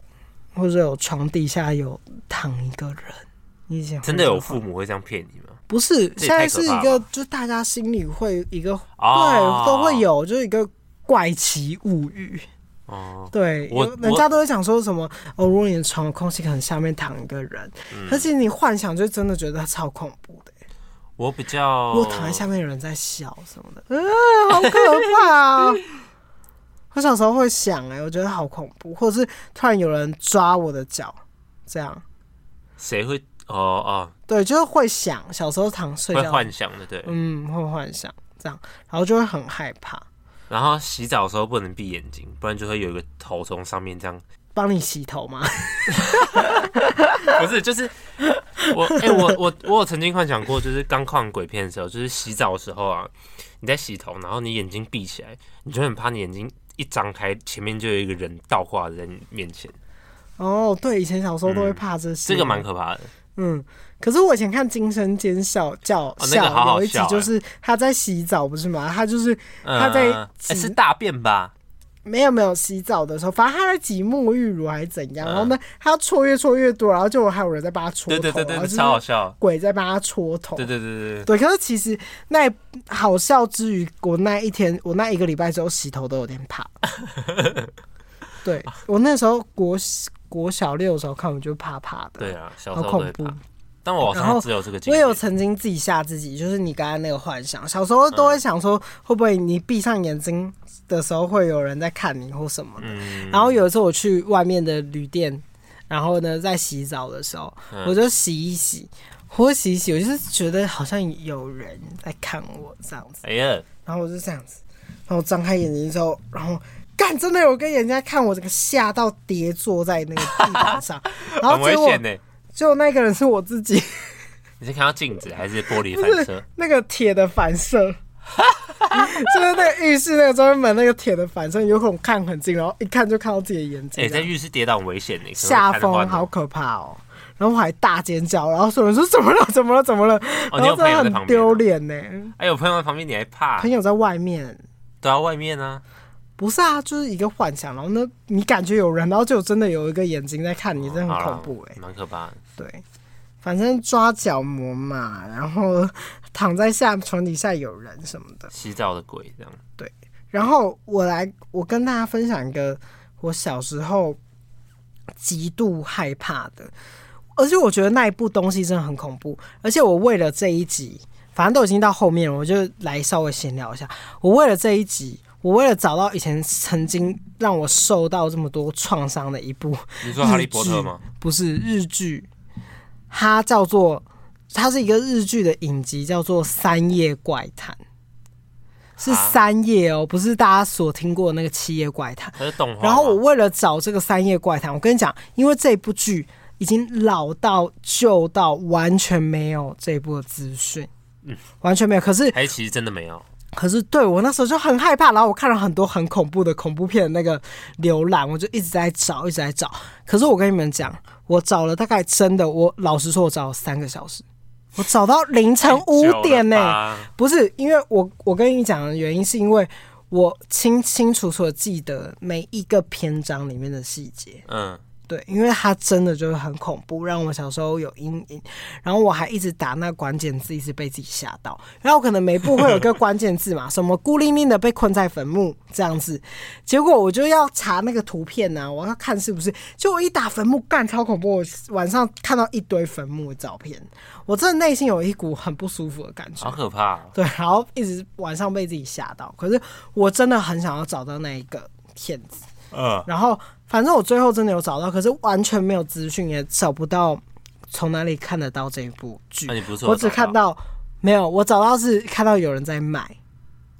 Speaker 1: 或者有床底下有躺一个人。你以前会
Speaker 2: 真的有
Speaker 1: 吗
Speaker 2: 父母会这样骗你吗？
Speaker 1: 不是，
Speaker 2: 这也
Speaker 1: 现
Speaker 2: 太
Speaker 1: 在
Speaker 2: 可
Speaker 1: 是一
Speaker 2: 怕
Speaker 1: 个
Speaker 2: 了，
Speaker 1: 就是大家心里会一个、
Speaker 2: 哦
Speaker 1: 对都会有，就是一个怪奇物语。
Speaker 2: 哦，
Speaker 1: 对，
Speaker 2: 我
Speaker 1: 有人家都会讲说什么哦，如果你的床有空隙，可能下面躺一个人，
Speaker 2: 嗯
Speaker 1: 可是你幻想就真的觉得它超恐怖的、
Speaker 2: 我比较
Speaker 1: 如果躺在下面有人在笑什么的，嗯、好可怕
Speaker 2: [LAUGHS]
Speaker 1: 啊！我小时候会想哎、我觉得好恐怖，或者是突然有人抓我的脚，这样
Speaker 2: 谁会？哦哦，
Speaker 1: 对，就是会想小时候躺睡
Speaker 2: 会
Speaker 1: 觉，
Speaker 2: 幻想的，对。
Speaker 1: 嗯，会幻想这样，然后就会很害怕。
Speaker 2: 然后洗澡的时候不能闭眼睛，不然就会有一个头从上面这样。
Speaker 1: 帮你洗头吗？
Speaker 2: [LAUGHS] 不是，就是我，哎、我我我有曾经幻想过，就是刚看完鬼片的时候，就是洗澡的时候啊，你在洗头，然后你眼睛闭起来，你就很怕你眼睛一张开，前面就有一个人倒挂在你面前，
Speaker 1: 哦，对，以前小时候都会怕这些。
Speaker 2: 嗯这个蛮可怕的。
Speaker 1: 嗯，可是我以前看《惊声尖笑》叫
Speaker 2: 哦那个好好
Speaker 1: 有一集
Speaker 2: 笑哎
Speaker 1: 就是他在洗澡，不是吗？他就是
Speaker 2: 嗯
Speaker 1: 他在
Speaker 2: 哎
Speaker 1: 挤
Speaker 2: 是大便吧？
Speaker 1: 没有没有洗澡的时候，反正他在挤沐浴乳还是怎样，然后呢，他要搓越搓越多，然后就还有人在帮他搓
Speaker 2: 嗯对
Speaker 1: 头，
Speaker 2: 对对
Speaker 1: 然
Speaker 2: 对，
Speaker 1: 后就是
Speaker 2: 超好笑。
Speaker 1: 鬼在帮他搓头，
Speaker 2: 对对对对对，
Speaker 1: 对，可是其实那好笑之余，我那一天，我那一个礼拜之后洗头都有点
Speaker 2: [LAUGHS]
Speaker 1: 怕。对我那时候国国小六的时候看，我就怕怕的。
Speaker 2: 对，啊，小
Speaker 1: 好
Speaker 2: 时候都会
Speaker 1: 恐怖
Speaker 2: 怕。。但我好
Speaker 1: 然
Speaker 2: 像
Speaker 1: 后
Speaker 2: 只有这个经
Speaker 1: 我也
Speaker 2: 验
Speaker 1: 有。曾经自己吓自己，就是你刚才那个幻想，小时候都会想说，会不会你闭上眼睛的时候会有人在看你或什么的。
Speaker 2: 嗯，
Speaker 1: 然后有一次我去外面的旅店，然后呢在洗澡的时候，
Speaker 2: 嗯
Speaker 1: 我就洗一洗，我洗一洗，我就是觉得好像有人在看我这样子，
Speaker 2: 哎呀，
Speaker 1: 然后我就这样子，然后我张开眼睛之后，然后。干，真的有跟人家看我，这个吓到跌坐在那个地板
Speaker 2: [LAUGHS]
Speaker 1: 上，然
Speaker 2: 很
Speaker 1: 后
Speaker 2: 危
Speaker 1: 结果
Speaker 2: 险呢。
Speaker 1: 结果那个人是我自己，
Speaker 2: 你是看到镜子还是玻璃
Speaker 1: 就
Speaker 2: 反
Speaker 1: 是
Speaker 2: 射？
Speaker 1: 那个铁的反射， [LAUGHS] 就是那个浴室那个专门门那个铁的反射，有可能看很近，然后一看就看到自己的眼
Speaker 2: 哎、
Speaker 1: 睛这
Speaker 2: 在
Speaker 1: 样，
Speaker 2: 浴室跌倒很危险呢，可能
Speaker 1: 下
Speaker 2: 会瘫痪
Speaker 1: 风
Speaker 2: 哦
Speaker 1: 好可怕哦。然后我还大尖叫，然后所有人说怎么了？怎么了？怎么了？
Speaker 2: 哦，
Speaker 1: 然
Speaker 2: 你
Speaker 1: 后
Speaker 2: 有朋
Speaker 1: 真
Speaker 2: 友在
Speaker 1: 的
Speaker 2: 旁
Speaker 1: 很
Speaker 2: 边、
Speaker 1: 丢
Speaker 2: 啊，
Speaker 1: 脸呢。
Speaker 2: 哎、有朋友在旁边，你还怕
Speaker 1: 朋？友在外面，
Speaker 2: 对啊，外面啊，
Speaker 1: 不是啊，就是一个幻想。然后呢，你感觉有人，然后就真的有一个眼睛在看你，真的
Speaker 2: 好
Speaker 1: 很
Speaker 2: 啦
Speaker 1: 恐怖哎。
Speaker 2: 蛮可怕的。
Speaker 1: 对，反正抓角膜嘛，然后躺在下床底下有人什么的。
Speaker 2: 洗澡的鬼这样，
Speaker 1: 然后我来，我跟大家分享一个我小时候极度害怕的，而且我觉得那一部东西真的很恐怖。而且我为了这一集，反正都已经到后面了，我就来稍微闲聊一下。我为了这一集，我为了找到以前曾经让我受到这么多创伤的一部，
Speaker 2: 你说哈利波特吗？
Speaker 1: 不是日剧，它叫做它是一个日剧的影集，叫做《三叶怪谈》，是
Speaker 2: 啊
Speaker 1: 三叶哦，不是大家所听过的那个七叶怪谈。
Speaker 2: 它是动画吗。
Speaker 1: 然后我为了找这个《三叶怪谈》，我跟你讲，因为这部剧已经老到旧到完全没有这部的资讯，
Speaker 2: 嗯
Speaker 1: 完全没有。可是
Speaker 2: 还其实真的没有，
Speaker 1: 可是对我那时候就很害怕，然后我看了很多很恐怖的恐怖片的那个浏览，我就一直在找，一直在找。可是我跟你们讲，我找了大概真的，我老实说，我找了三个小时，我找到凌晨五点欸呢、
Speaker 2: 哎久了吧
Speaker 1: 不是，因为我我跟你讲的原因是因为我清清楚楚的记得每一个篇章里面的细节，
Speaker 2: 嗯，
Speaker 1: 对，因为它真的就是很恐怖，让我小时候有阴影。然后我还一直打那关键字，一直被自己吓到。然后可能每部会有一个关键字嘛，什么孤零零的被困在坟墓这样子。结果我就要查那个图片呐、啊，我要看是不是。就我一打坟墓，干超恐怖！我晚上看到一堆坟墓的照片，我真的内心有一股很不舒服的感觉
Speaker 2: 好。可怕、哦。
Speaker 1: 对，然后一直晚上被自己吓到。可是我真的很想要找到那一个骗子。
Speaker 2: 嗯，
Speaker 1: 然后反正我最后真的有找到，可是完全没有资讯，也找不到从哪里看得到这一部剧。
Speaker 2: 那你不错，
Speaker 1: 我只看到没有，我找到是看到有人在卖，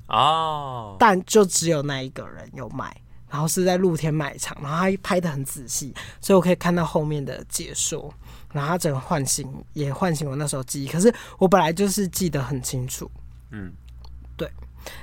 Speaker 2: 哦，
Speaker 1: 但就只有那一个人有卖，然后是在露天卖场，然后他拍的很仔细，所以我可以看到后面的解说，然后他整个唤醒也唤醒我那时候记忆，可是我本来就是记得很清楚。
Speaker 2: 嗯，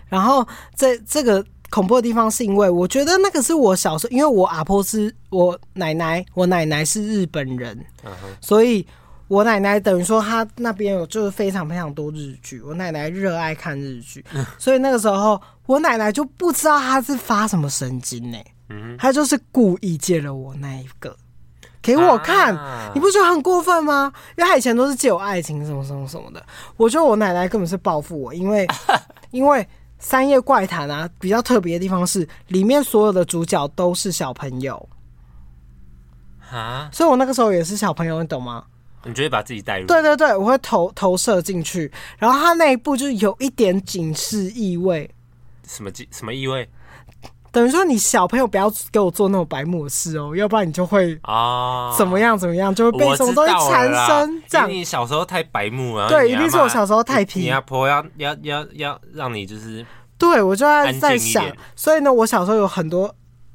Speaker 1: 然后这这个恐怖的地方是因为我觉得那个是我小时候，因为我阿婆是我奶奶，我奶奶是日本人，
Speaker 2: 嗯哼，
Speaker 1: 所以我奶奶等于说她那边有就是非常非常多日剧，我奶奶热爱看日剧，
Speaker 2: 嗯
Speaker 1: 所以那个时候我奶奶就不知道她是发什么神经呢、
Speaker 2: 嗯
Speaker 1: 她就是故意借了我那一个给我看，
Speaker 2: 啊
Speaker 1: 你不觉得很过分吗？因为他以前都是借我爱情什么什么什么的，我觉得我奶奶根本是报复我，因
Speaker 2: [LAUGHS]
Speaker 1: 为因为《三叶怪谈》啊，比较特别的地方是里面所有的主角都是小朋友，
Speaker 2: 哈，
Speaker 1: 所以我那个时候也是小朋友，你懂吗？
Speaker 2: 啊你就会把自己带入，
Speaker 1: 对对对，我会投投射进去，然后他那一部就是有一点警示意味，
Speaker 2: 什么机什么意味
Speaker 1: 等于说你小朋友不要给我做那种白目的事哦，要不然你就会
Speaker 2: 啊？
Speaker 1: 怎么样怎么样，就会被
Speaker 2: 我
Speaker 1: 什么
Speaker 2: 知
Speaker 1: 东西
Speaker 2: 道
Speaker 1: 缠
Speaker 2: 了啦
Speaker 1: 身这样
Speaker 2: 因为。你小时候太白目了，
Speaker 1: 对
Speaker 2: 你
Speaker 1: 一
Speaker 2: 阿
Speaker 1: 定是
Speaker 2: 妈
Speaker 1: 我小时候太皮
Speaker 2: 你阿婆要要要要让你就是
Speaker 1: 对，我就在
Speaker 2: 安静
Speaker 1: 在
Speaker 2: 一
Speaker 1: 想
Speaker 2: 点，
Speaker 1: 所以呢，我小时候有很多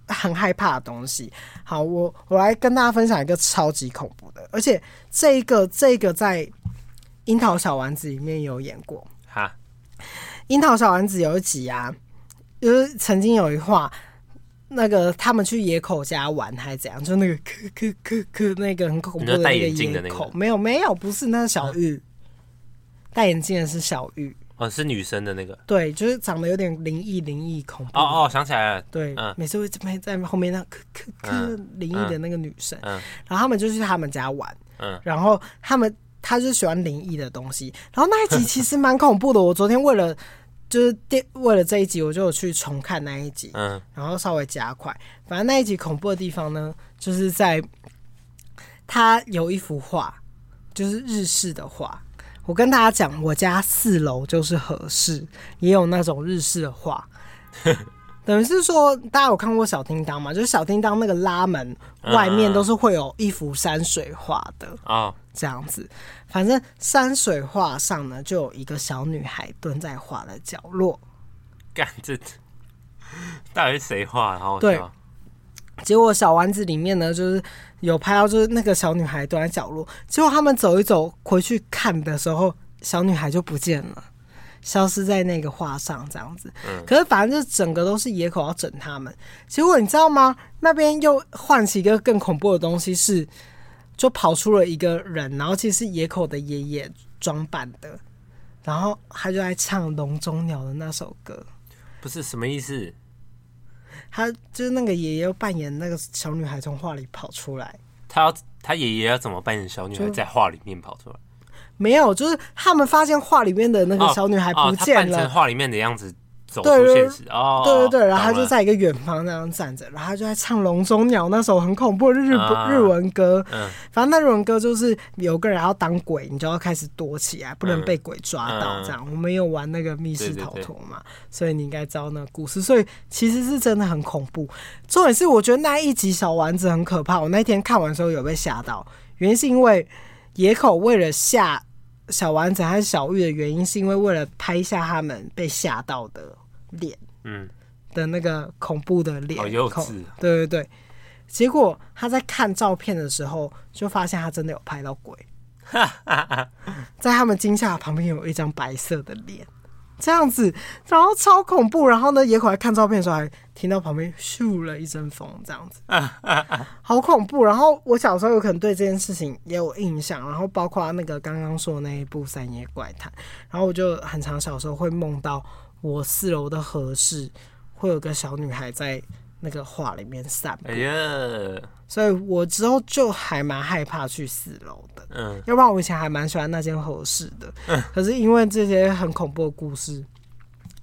Speaker 1: 很害怕的东西。好，我我来跟大家分享一个超级恐怖的，而且这一个这一个在《樱桃小丸子》里面有演过，
Speaker 2: 哈，
Speaker 1: 《樱桃小丸子》有一集啊，就是曾经有一话，那个他们去野口家玩还是怎样，就那个咳咳咳咳那个很恐怖的
Speaker 2: 你说戴
Speaker 1: 那个
Speaker 2: 眼镜的
Speaker 1: 野
Speaker 2: 那个
Speaker 1: 口，没有没有，不是那是小玉，戴眼镜的是小玉，
Speaker 2: 哦是女生的那个，
Speaker 1: 对，就是长得有点灵异灵异恐怖
Speaker 2: 哦哦想起来了，
Speaker 1: 对，
Speaker 2: 嗯
Speaker 1: 每次会在在后面那咳咳咳灵异的那个女生，
Speaker 2: 嗯
Speaker 1: 然后他们就去他们家玩，
Speaker 2: 嗯，
Speaker 1: 然后他们他就喜欢灵异的东西，然后那一集其实蛮恐怖的，我昨天为了就是电为了这一集，我就有去重看那一集，
Speaker 2: 嗯
Speaker 1: 然后稍微加快，反正那一集恐怖的地方呢，就是在他有一幅画，就是日式的画。我跟大家讲，我家四楼就是和式，也有那种日式的画。等于是说，大家有看过小叮当吗？就是小叮当那个拉门外面都是会有一幅山水画的。
Speaker 2: 哦
Speaker 1: 这样子。反正山水画上呢，就有一个小女孩蹲在画的角落。
Speaker 2: 干这到底是谁画的？好好
Speaker 1: 对
Speaker 2: 笑，
Speaker 1: 结果小丸子里面呢，就是有拍到就是那个小女孩蹲在角落。结果他们走一走回去看的时候，小女孩就不见了。消失在那个画上，这样子。可是反正就整个都是野口要整他们。结果你知道吗？那边又唤起一个更恐怖的东西是就跑出了一个人，然后其实是野口的爷爷装扮的，然后他就在唱《笼中鸟》的那首歌。
Speaker 2: 不是什么意思？
Speaker 1: 他就是那个爷爷扮演那个小女孩从画里跑出来，
Speaker 2: 他要他爷爷要怎么扮演小女孩在画里面跑出来？
Speaker 1: 没有，就是他们发现画里面的那个
Speaker 2: 哦
Speaker 1: 小女孩
Speaker 2: 哦
Speaker 1: 不见
Speaker 2: 他扮
Speaker 1: 了
Speaker 2: 成，画里面的样子走
Speaker 1: 对
Speaker 2: 出
Speaker 1: 对
Speaker 2: 现实哦，
Speaker 1: 对对对，然后他
Speaker 2: 懂
Speaker 1: 就
Speaker 2: 了
Speaker 1: 在一个远方那样站着，然后他就在唱《笼中鸟》那首很恐怖的日本、
Speaker 2: 啊
Speaker 1: 日文歌。
Speaker 2: 嗯
Speaker 1: 反正那日文歌就是有个人要当鬼，你就要开始躲起来，不能被鬼抓到。
Speaker 2: 嗯
Speaker 1: 这样，我们有玩那个密室
Speaker 2: 对对
Speaker 1: 逃脱嘛，所以你应该知道那个故事。所以其实是真的很恐怖。重点是，我觉得那一集小丸子很可怕。我那天看完之后有被吓到，原因是因为野口为了吓小丸子和小玉的原因，是因为为了拍下他们被吓到的脸。
Speaker 2: 嗯，
Speaker 1: 的那个恐怖的脸，
Speaker 2: 好幼
Speaker 1: 恐
Speaker 2: 稚啊
Speaker 1: 对对对，结果他在看照片的时候，就发现他真的有拍到
Speaker 2: [LAUGHS]
Speaker 1: 鬼，在他们惊吓旁边有一张白色的脸，这样子，然后超恐怖。然后呢，野口来看照片的时候，还听到旁边咻了一阵风，这样子，好恐怖。然后我小时候有可能对这件事情也有印象，然后包括那个刚刚说的那一部《三叶怪谈》，然后我就很常小时候会梦到我四楼的和室会有个小女孩在那个画里面散步
Speaker 2: 哎，呀，
Speaker 1: 所以我之后就还蛮害怕去四楼的。
Speaker 2: 嗯，
Speaker 1: 要不然我以前还蛮喜欢那间和室的，可是因为这些很恐怖的故事，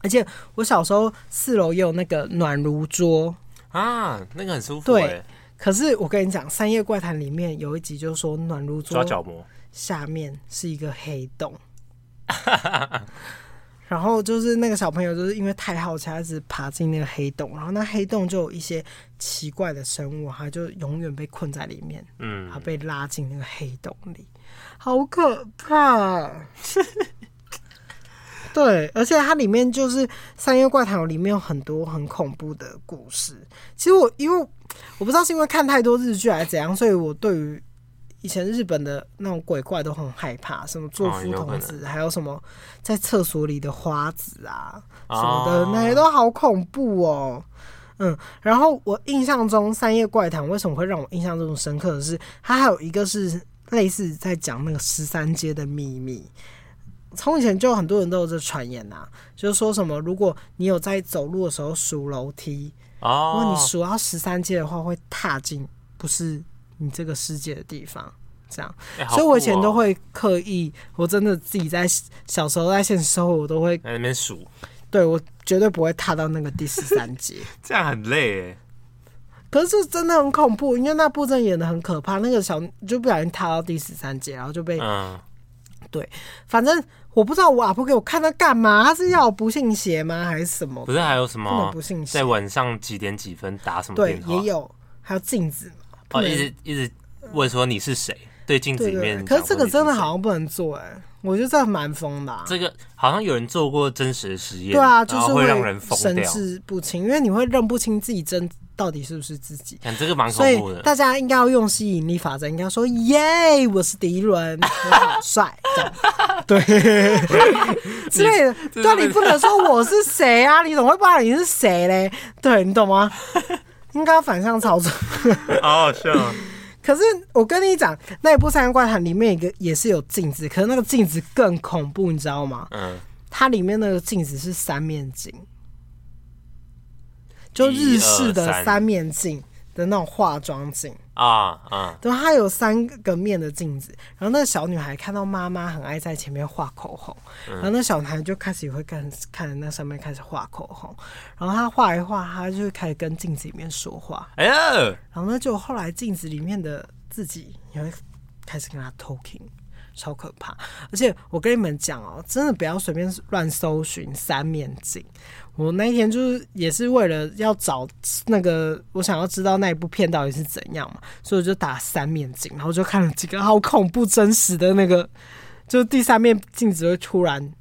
Speaker 1: 而且我小时候四楼也有那个暖炉桌，
Speaker 2: 啊，那个很舒服、
Speaker 1: 对
Speaker 2: 欸，
Speaker 1: 可是我跟你讲，《三夜怪谈》里面有一集就说暖炉桌
Speaker 2: 抓角膜，
Speaker 1: 下面是一个黑洞， [LAUGHS] 然后就是那个小朋友就是因为太好奇，他一直爬进那个黑洞，然后那黑洞就有一些奇怪的生物，他就永远被困在里面，
Speaker 2: 嗯
Speaker 1: 他，被拉进那个黑洞里，好可
Speaker 2: [LAUGHS]
Speaker 1: 怕。对，而且它里面就是《三月怪谈》里面有很多很恐怖的故事。其实我因为我不知道是因为看太多日剧还是怎样，所以我对于以前日本的那种鬼怪都很害怕，什么做
Speaker 2: 哦
Speaker 1: 夫
Speaker 2: 有可
Speaker 1: 童
Speaker 2: 能
Speaker 1: 子，还有什么在厕所里的花子啊，
Speaker 2: 哦
Speaker 1: 什么的，那些都好恐怖哦。嗯，然后我印象中《三叶怪谈》为什么会让我印象这么深刻的是，它还有一个是类似在讲那个十三街的秘密。从以前就很多人都有这传言呐、就是说什么如果你有在走路的时候数楼梯，如果
Speaker 2: 哦
Speaker 1: 你，数到十三阶的话，会踏进不是你这个世界的地方，这样。
Speaker 2: 哎好
Speaker 1: 所以我以
Speaker 2: 酷
Speaker 1: 前
Speaker 2: 哦
Speaker 1: 都会刻意，我真的自己在小时候在现实生活，我都会
Speaker 2: 在那边数，
Speaker 1: 对我绝对不会踏到那个第十三节。
Speaker 2: [LAUGHS] 这样很累、欸，
Speaker 1: 可是真的很恐怖，因为那部真的演的很可怕。那个小就不小心踏到第十三节，然后就被、
Speaker 2: 嗯，
Speaker 1: 反正我不知道我阿婆给我看他干嘛，他是要我不信邪吗，还是什么
Speaker 2: 不？是还有什
Speaker 1: 不能
Speaker 2: 么
Speaker 1: 不信邪
Speaker 2: 在。晚上几点几分打什么
Speaker 1: 对
Speaker 2: 电，话？
Speaker 1: 也有还有镜子嘛，不
Speaker 2: 哦，
Speaker 1: 能
Speaker 2: 一直一直问说你是谁，对镜子
Speaker 1: 对
Speaker 2: 里
Speaker 1: 对
Speaker 2: 面
Speaker 1: 对。
Speaker 2: 讲
Speaker 1: 可
Speaker 2: 说
Speaker 1: 是
Speaker 2: 你是谁。
Speaker 1: 这个真的好像不能做哎、我觉得这蛮疯的、啊。
Speaker 2: 这个好像有人做过真实的实验，
Speaker 1: 对啊，就
Speaker 2: 然
Speaker 1: 是
Speaker 2: 后会让人疯
Speaker 1: 神
Speaker 2: 掉。
Speaker 1: 志不清，因为你会认不清自己真到底是不是自己。
Speaker 2: 看这个蛮
Speaker 1: 所
Speaker 2: 恐
Speaker 1: 以
Speaker 2: 怖的，
Speaker 1: 大家应该要用吸引力法则，应该说耶，我是迪
Speaker 2: [LAUGHS]
Speaker 1: 伦，我好帅，这样对 [LAUGHS] 之类的。
Speaker 2: 这是
Speaker 1: 对，你不能说我是谁啊， [LAUGHS] 你怎么会不知道你是谁嘞？对你懂
Speaker 2: [LAUGHS]
Speaker 1: 吗？应该要反向操作。
Speaker 2: 好好笑。啊
Speaker 1: 可是我跟你讲，那一部《三观怪谈》里面有一个也是有镜子，可是那个镜子更恐怖，你知道吗？
Speaker 2: 嗯，
Speaker 1: 它里面那个镜子是三面镜，就日式
Speaker 2: 一
Speaker 1: 的
Speaker 2: 二三
Speaker 1: 三面镜的那种化妆镜。
Speaker 2: 啊啊，
Speaker 1: 对，它有三个面的镜子，然后那个小女孩看到妈妈很爱在前面画口红，然后那小男孩就开始也会看看着那上面开始画口红，然后他画一画，他就开始跟镜子里面说话，
Speaker 2: 哎呀，
Speaker 1: 然后呢，就后来镜子里面的自己也会开始跟他 talking，超可怕。而且我跟你们讲哦，真的不要随便乱搜寻三面镜。我那天就是也是为了要找那个，我想要知道那一部片到底是怎样嘛，所以我就打三面镜，然后就看了几个好恐怖真实的那个， [LAUGHS] 就是第三面镜子会突然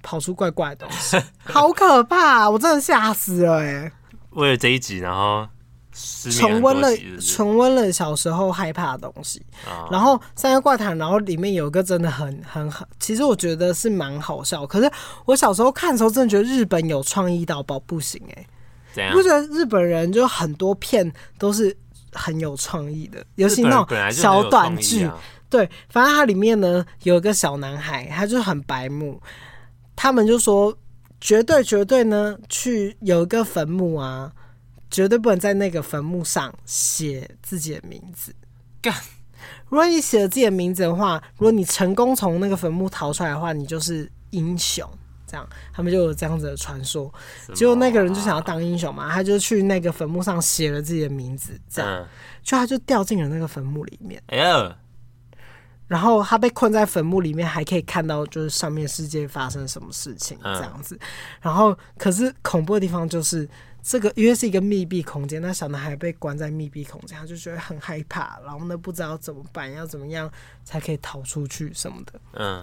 Speaker 1: 跑出怪怪的东西，好可怕、啊我真的吓死了哎、
Speaker 2: 为了这一集，然后失眠
Speaker 1: 重
Speaker 2: 很
Speaker 1: 温
Speaker 2: 多
Speaker 1: 了
Speaker 2: 集是不是
Speaker 1: 重温了小时候害怕的东西。
Speaker 2: 啊
Speaker 1: 然后《三月怪谈》，然后里面有一个真的很很好，其实我觉得是蛮好笑。可是我小时候看的时候，真的觉得日本有创意到爆，不行哎、
Speaker 2: 怎
Speaker 1: 你
Speaker 2: 样
Speaker 1: 不？觉得日本人就很多片都是很有创意的，尤其那
Speaker 2: 日本人本来
Speaker 1: 种
Speaker 2: 就很有
Speaker 1: 小短
Speaker 2: 创意
Speaker 1: 剧，
Speaker 2: 啊
Speaker 1: 对，反正它里面呢有一个小男孩，他就很白目，他们就说绝对绝对呢去有一个坟墓啊，绝对不能在那个坟墓上写自己的名字。
Speaker 2: 干
Speaker 1: 如果你写了自己的名字的话，如果你成功从那个坟墓逃出来的话，你就是英雄。这样，他们就有这样子的传说。结果那个
Speaker 2: 啊
Speaker 1: 人就想要当英雄嘛，他就去那个坟墓上写了自己的名字，这样，
Speaker 2: 嗯，
Speaker 1: 就他就掉进了那个坟墓里面。
Speaker 2: 哎呀，
Speaker 1: 然后他被困在坟墓里面，还可以看到就是上面世界发生什么事情
Speaker 2: 嗯
Speaker 1: 这样子。然后可是恐怖的地方就是这个，因为是一个密闭空间，那小男孩被关在密闭空间，他就觉得很害怕，然后呢不知道怎么办，要怎么样才可以逃出去什么的。
Speaker 2: 嗯，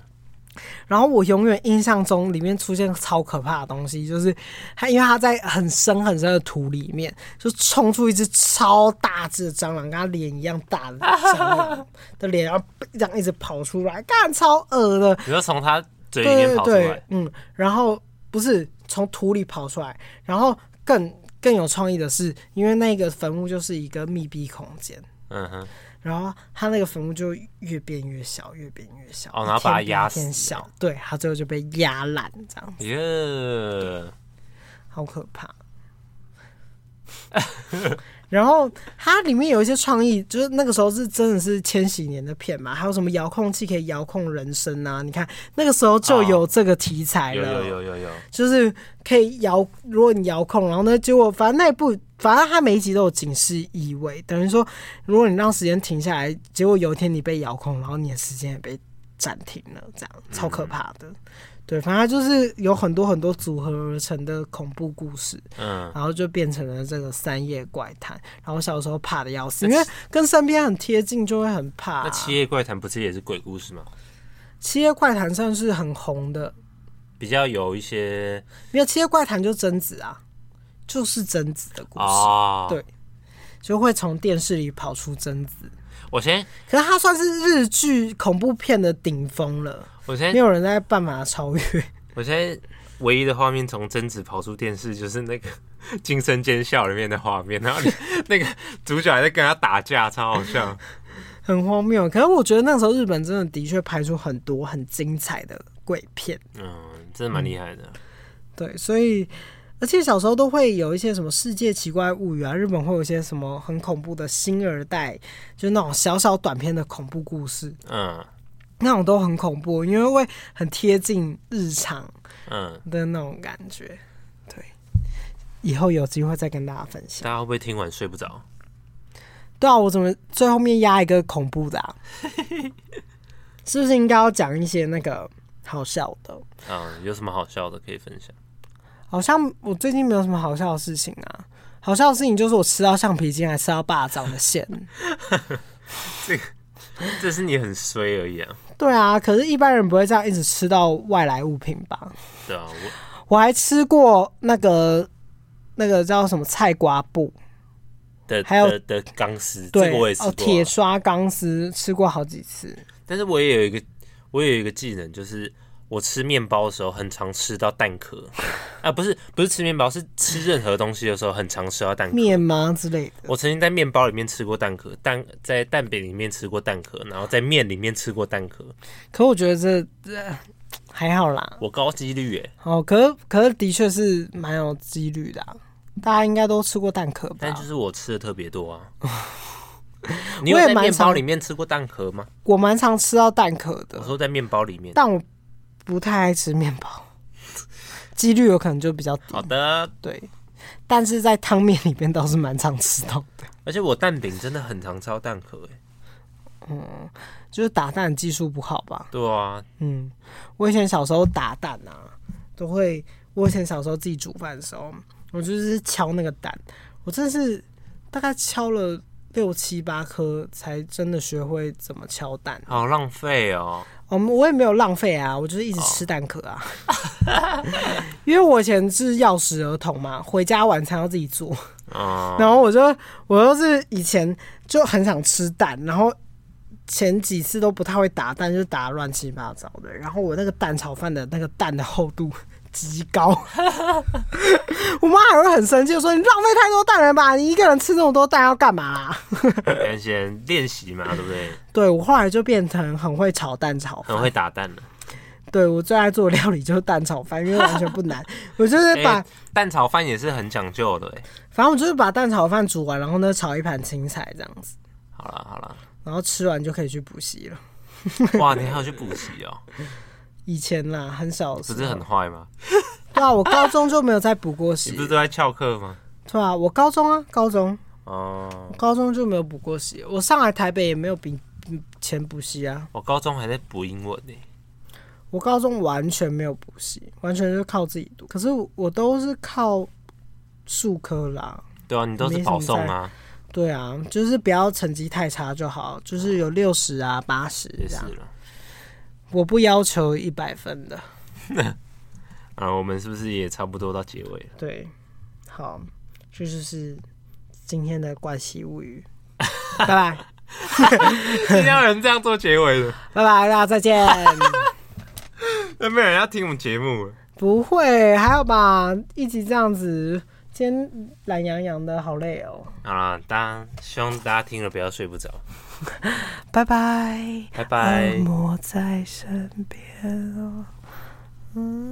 Speaker 1: 然后我永远印象中里面出现超可怕的东西，就是它，因为它在很深很深的土里面，就冲出一只超大只的蟑螂，跟它脸一样大的蟑螂的脸，然后这样一直跑出来，干超恶的。
Speaker 2: 你说从他嘴里
Speaker 1: 对
Speaker 2: 面
Speaker 1: 对
Speaker 2: 跑出
Speaker 1: 对
Speaker 2: 来，，
Speaker 1: 嗯，然后不是从土里跑出来，然后更更有创意的是，因为那个坟墓就是一个密闭空间。
Speaker 2: 嗯哼，
Speaker 1: 然后他那个坟墓就越变越小，越变越小，
Speaker 2: 哦然后把它
Speaker 1: 一天比
Speaker 2: 压
Speaker 1: 一天
Speaker 2: 死
Speaker 1: 小，对，他最后就被压烂，这样
Speaker 2: 耶， [LAUGHS]
Speaker 1: 好可怕。然后它里面有一些创意，就是那个时候是真的是千禧年的片嘛，还有什么遥控器可以遥控人生啊？你看那个时候就有这个题材
Speaker 2: 哦有
Speaker 1: 了，
Speaker 2: 有有有有，
Speaker 1: 就是可以遥，如果你遥控，然后呢，结果反正那一部，反正它每一集都有警示意味，等于说，如果你让时间停下来，结果有一天你被遥控，然后你的时间也被暂停了，这样超可怕的。
Speaker 2: 嗯
Speaker 1: 对，反正它就是有很多很多组合而成的恐怖故事，
Speaker 2: 嗯，
Speaker 1: 然后就变成了这个三夜怪谈。然后我小时候怕的要死，因为跟身边很贴近，就会很怕、
Speaker 2: 那《七夜怪谈》不是也是鬼故事吗？
Speaker 1: 七夜怪谈算是很红的，
Speaker 2: 比较有一些
Speaker 1: 因为《七夜怪谈》就贞子啊，就是贞子的故事，
Speaker 2: 哦，
Speaker 1: 对就会从电视里跑出贞子。
Speaker 2: 我先
Speaker 1: 可是它算是日剧恐怖片的顶峰了，
Speaker 2: 我先
Speaker 1: 没有人在办法超越。 [LAUGHS]
Speaker 2: 我现在唯一的画面从贞子跑出电视，就是那个 [LAUGHS] 《惊声尖笑》里面的画面，然后你 [LAUGHS] 那个主角还在跟他打架，超好
Speaker 1: [LAUGHS]
Speaker 2: 笑。
Speaker 1: 很荒谬，可是我觉得那时候日本真的的确拍出很多很精彩的鬼片，
Speaker 2: 嗯，真的蛮厉害的。
Speaker 1: 对，所以而且小时候都会有一些什么世界奇怪物语啊，日本会有一些什么很恐怖的星二代，就是那种小小短片的恐怖故事，
Speaker 2: 嗯
Speaker 1: 那种都很恐怖，因为会很贴近日常，
Speaker 2: 嗯，
Speaker 1: 的那种感觉。对，以后有机会再跟大家分享。
Speaker 2: 大家会不会听完睡不着？
Speaker 1: 对啊，我怎么最后面压一个恐怖的、啊？是不是应该要讲一些那个好笑的？
Speaker 2: 嗯，有什么好笑的可以分享？
Speaker 1: 好像我最近没有什么好笑的事情啊。好笑的事情就是我吃到橡皮筋，还吃到霸掌的馅。
Speaker 2: 这是你很衰而已啊。
Speaker 1: 对啊，可是一般人不会这样一直吃到外来物品吧？
Speaker 2: 对啊，我
Speaker 1: 我还吃过那个那个叫什么菜瓜布，
Speaker 2: 的
Speaker 1: 还有
Speaker 2: 的的钢丝，这
Speaker 1: 对，
Speaker 2: 个我也
Speaker 1: 哦，
Speaker 2: 吃过
Speaker 1: 铁
Speaker 2: 啊、
Speaker 1: 刷钢丝吃过好几次。
Speaker 2: 但是我也有一个，我也有一个技能，就是我吃面包的时候很常吃到蛋壳 [LAUGHS] 啊，不是不是吃面包，是吃任何东西的时候很常吃到蛋壳。
Speaker 1: 面吗之类的。
Speaker 2: 我曾经在面包里面吃过蛋壳，蛋在蛋饼里面吃过蛋壳，然后在面里面吃过蛋壳。
Speaker 1: 可我觉得这、呃还好啦。
Speaker 2: 我高几率耶，
Speaker 1: 哦，可是可是的确是蛮有几率的啊、大家应该都吃过蛋壳吧？
Speaker 2: 但就是我吃的特别多
Speaker 1: [LAUGHS]
Speaker 2: 啊。你有
Speaker 1: 我也
Speaker 2: 在
Speaker 1: 蛮
Speaker 2: 面包
Speaker 1: 常
Speaker 2: 里面吃过蛋壳吗？
Speaker 1: 我蛮常吃到蛋壳
Speaker 2: 我
Speaker 1: 的，
Speaker 2: 说在面包里面。
Speaker 1: 但我不太爱吃面
Speaker 2: [LAUGHS]
Speaker 1: 包，几率有可能就比较低。
Speaker 2: 好的，
Speaker 1: 对，但是在汤面里边倒是蛮常吃到的，
Speaker 2: 而且我蛋饼真的很常吃到蛋壳，哎，
Speaker 1: 就是打蛋技术不好吧？
Speaker 2: 对啊，
Speaker 1: 嗯，我以前小时候打蛋啊，都会。我以前小时候自己煮饭的时候，我就是敲那个蛋，我真的是大概敲了六七八颗，才真的学会怎么敲蛋。
Speaker 2: 好浪费哦。
Speaker 1: 我们我也没有浪费啊，我就是一直吃蛋壳啊。 [LAUGHS] 因为我以前是钥匙儿童嘛，回家晚餐要自己做，
Speaker 2: 嗯，
Speaker 1: [LAUGHS] 然后我就我就是以前就很想吃蛋，然后前几次都不太会打蛋，就打得乱七八糟的。然后我那个蛋炒饭的那个蛋的厚度极高， [LAUGHS] 我妈还会很生气，说你浪费太多蛋了吧？你一个人吃这么多蛋要干嘛、啊？
Speaker 2: 先先练习嘛，对不对？
Speaker 1: 对我后来就变成很会炒蛋炒饭
Speaker 2: 很，会打 [LAUGHS] 蛋了。
Speaker 1: 对我最爱做的料理就是蛋炒饭，因为完全不
Speaker 2: [LAUGHS]
Speaker 1: 难。我就是把，
Speaker 2: 哎蛋炒饭也是很讲究的，哎。
Speaker 1: 反正我就是把蛋炒饭煮完，然后呢炒一盘青菜这样子，
Speaker 2: 好了好了，
Speaker 1: 然后吃完就可以去补习了。
Speaker 2: 哇，你还要去补习 [LAUGHS] 哦？
Speaker 1: 以前啦，很小的时
Speaker 2: 不
Speaker 1: 候，
Speaker 2: 是很坏吗？
Speaker 1: 对啊，我高中就没有再补过
Speaker 2: 你
Speaker 1: 习
Speaker 2: 不，是都在翘课吗？
Speaker 1: 对啊，我高中啊，高中，
Speaker 2: 哦，
Speaker 1: 高中就没有补过习，我上来台北也没有比比前补习啊，
Speaker 2: 我高中还在补英文呢、
Speaker 1: 我高中完全没有补习，完全就是靠自己读，可是我我都是靠数科啦，
Speaker 2: 对啊，你都是保送啊，
Speaker 1: 对啊，就是不要成绩太差就好，就是有六十啊、八十
Speaker 2: 也
Speaker 1: 这
Speaker 2: 是
Speaker 1: 样。
Speaker 2: 了。
Speaker 1: 我不要求一百分的，
Speaker 2: 啊，我们是不是也差不多到结尾 [LAUGHS] 了？
Speaker 1: 对，好，这就是今天的怪奇物语，拜拜，
Speaker 2: 一定要有人这样做结尾的，
Speaker 1: 拜拜，大家再见。
Speaker 2: 那 [LAUGHS] 没有人要听我们节目了。
Speaker 1: 不会，还有吧，一集这样子，今天懒洋洋的，好累哦，
Speaker 2: 好啦，大家希望大家听了不要睡不着，
Speaker 1: 拜拜，
Speaker 2: [LAUGHS] 拜拜。
Speaker 1: 恶魔在身边哦，嗯。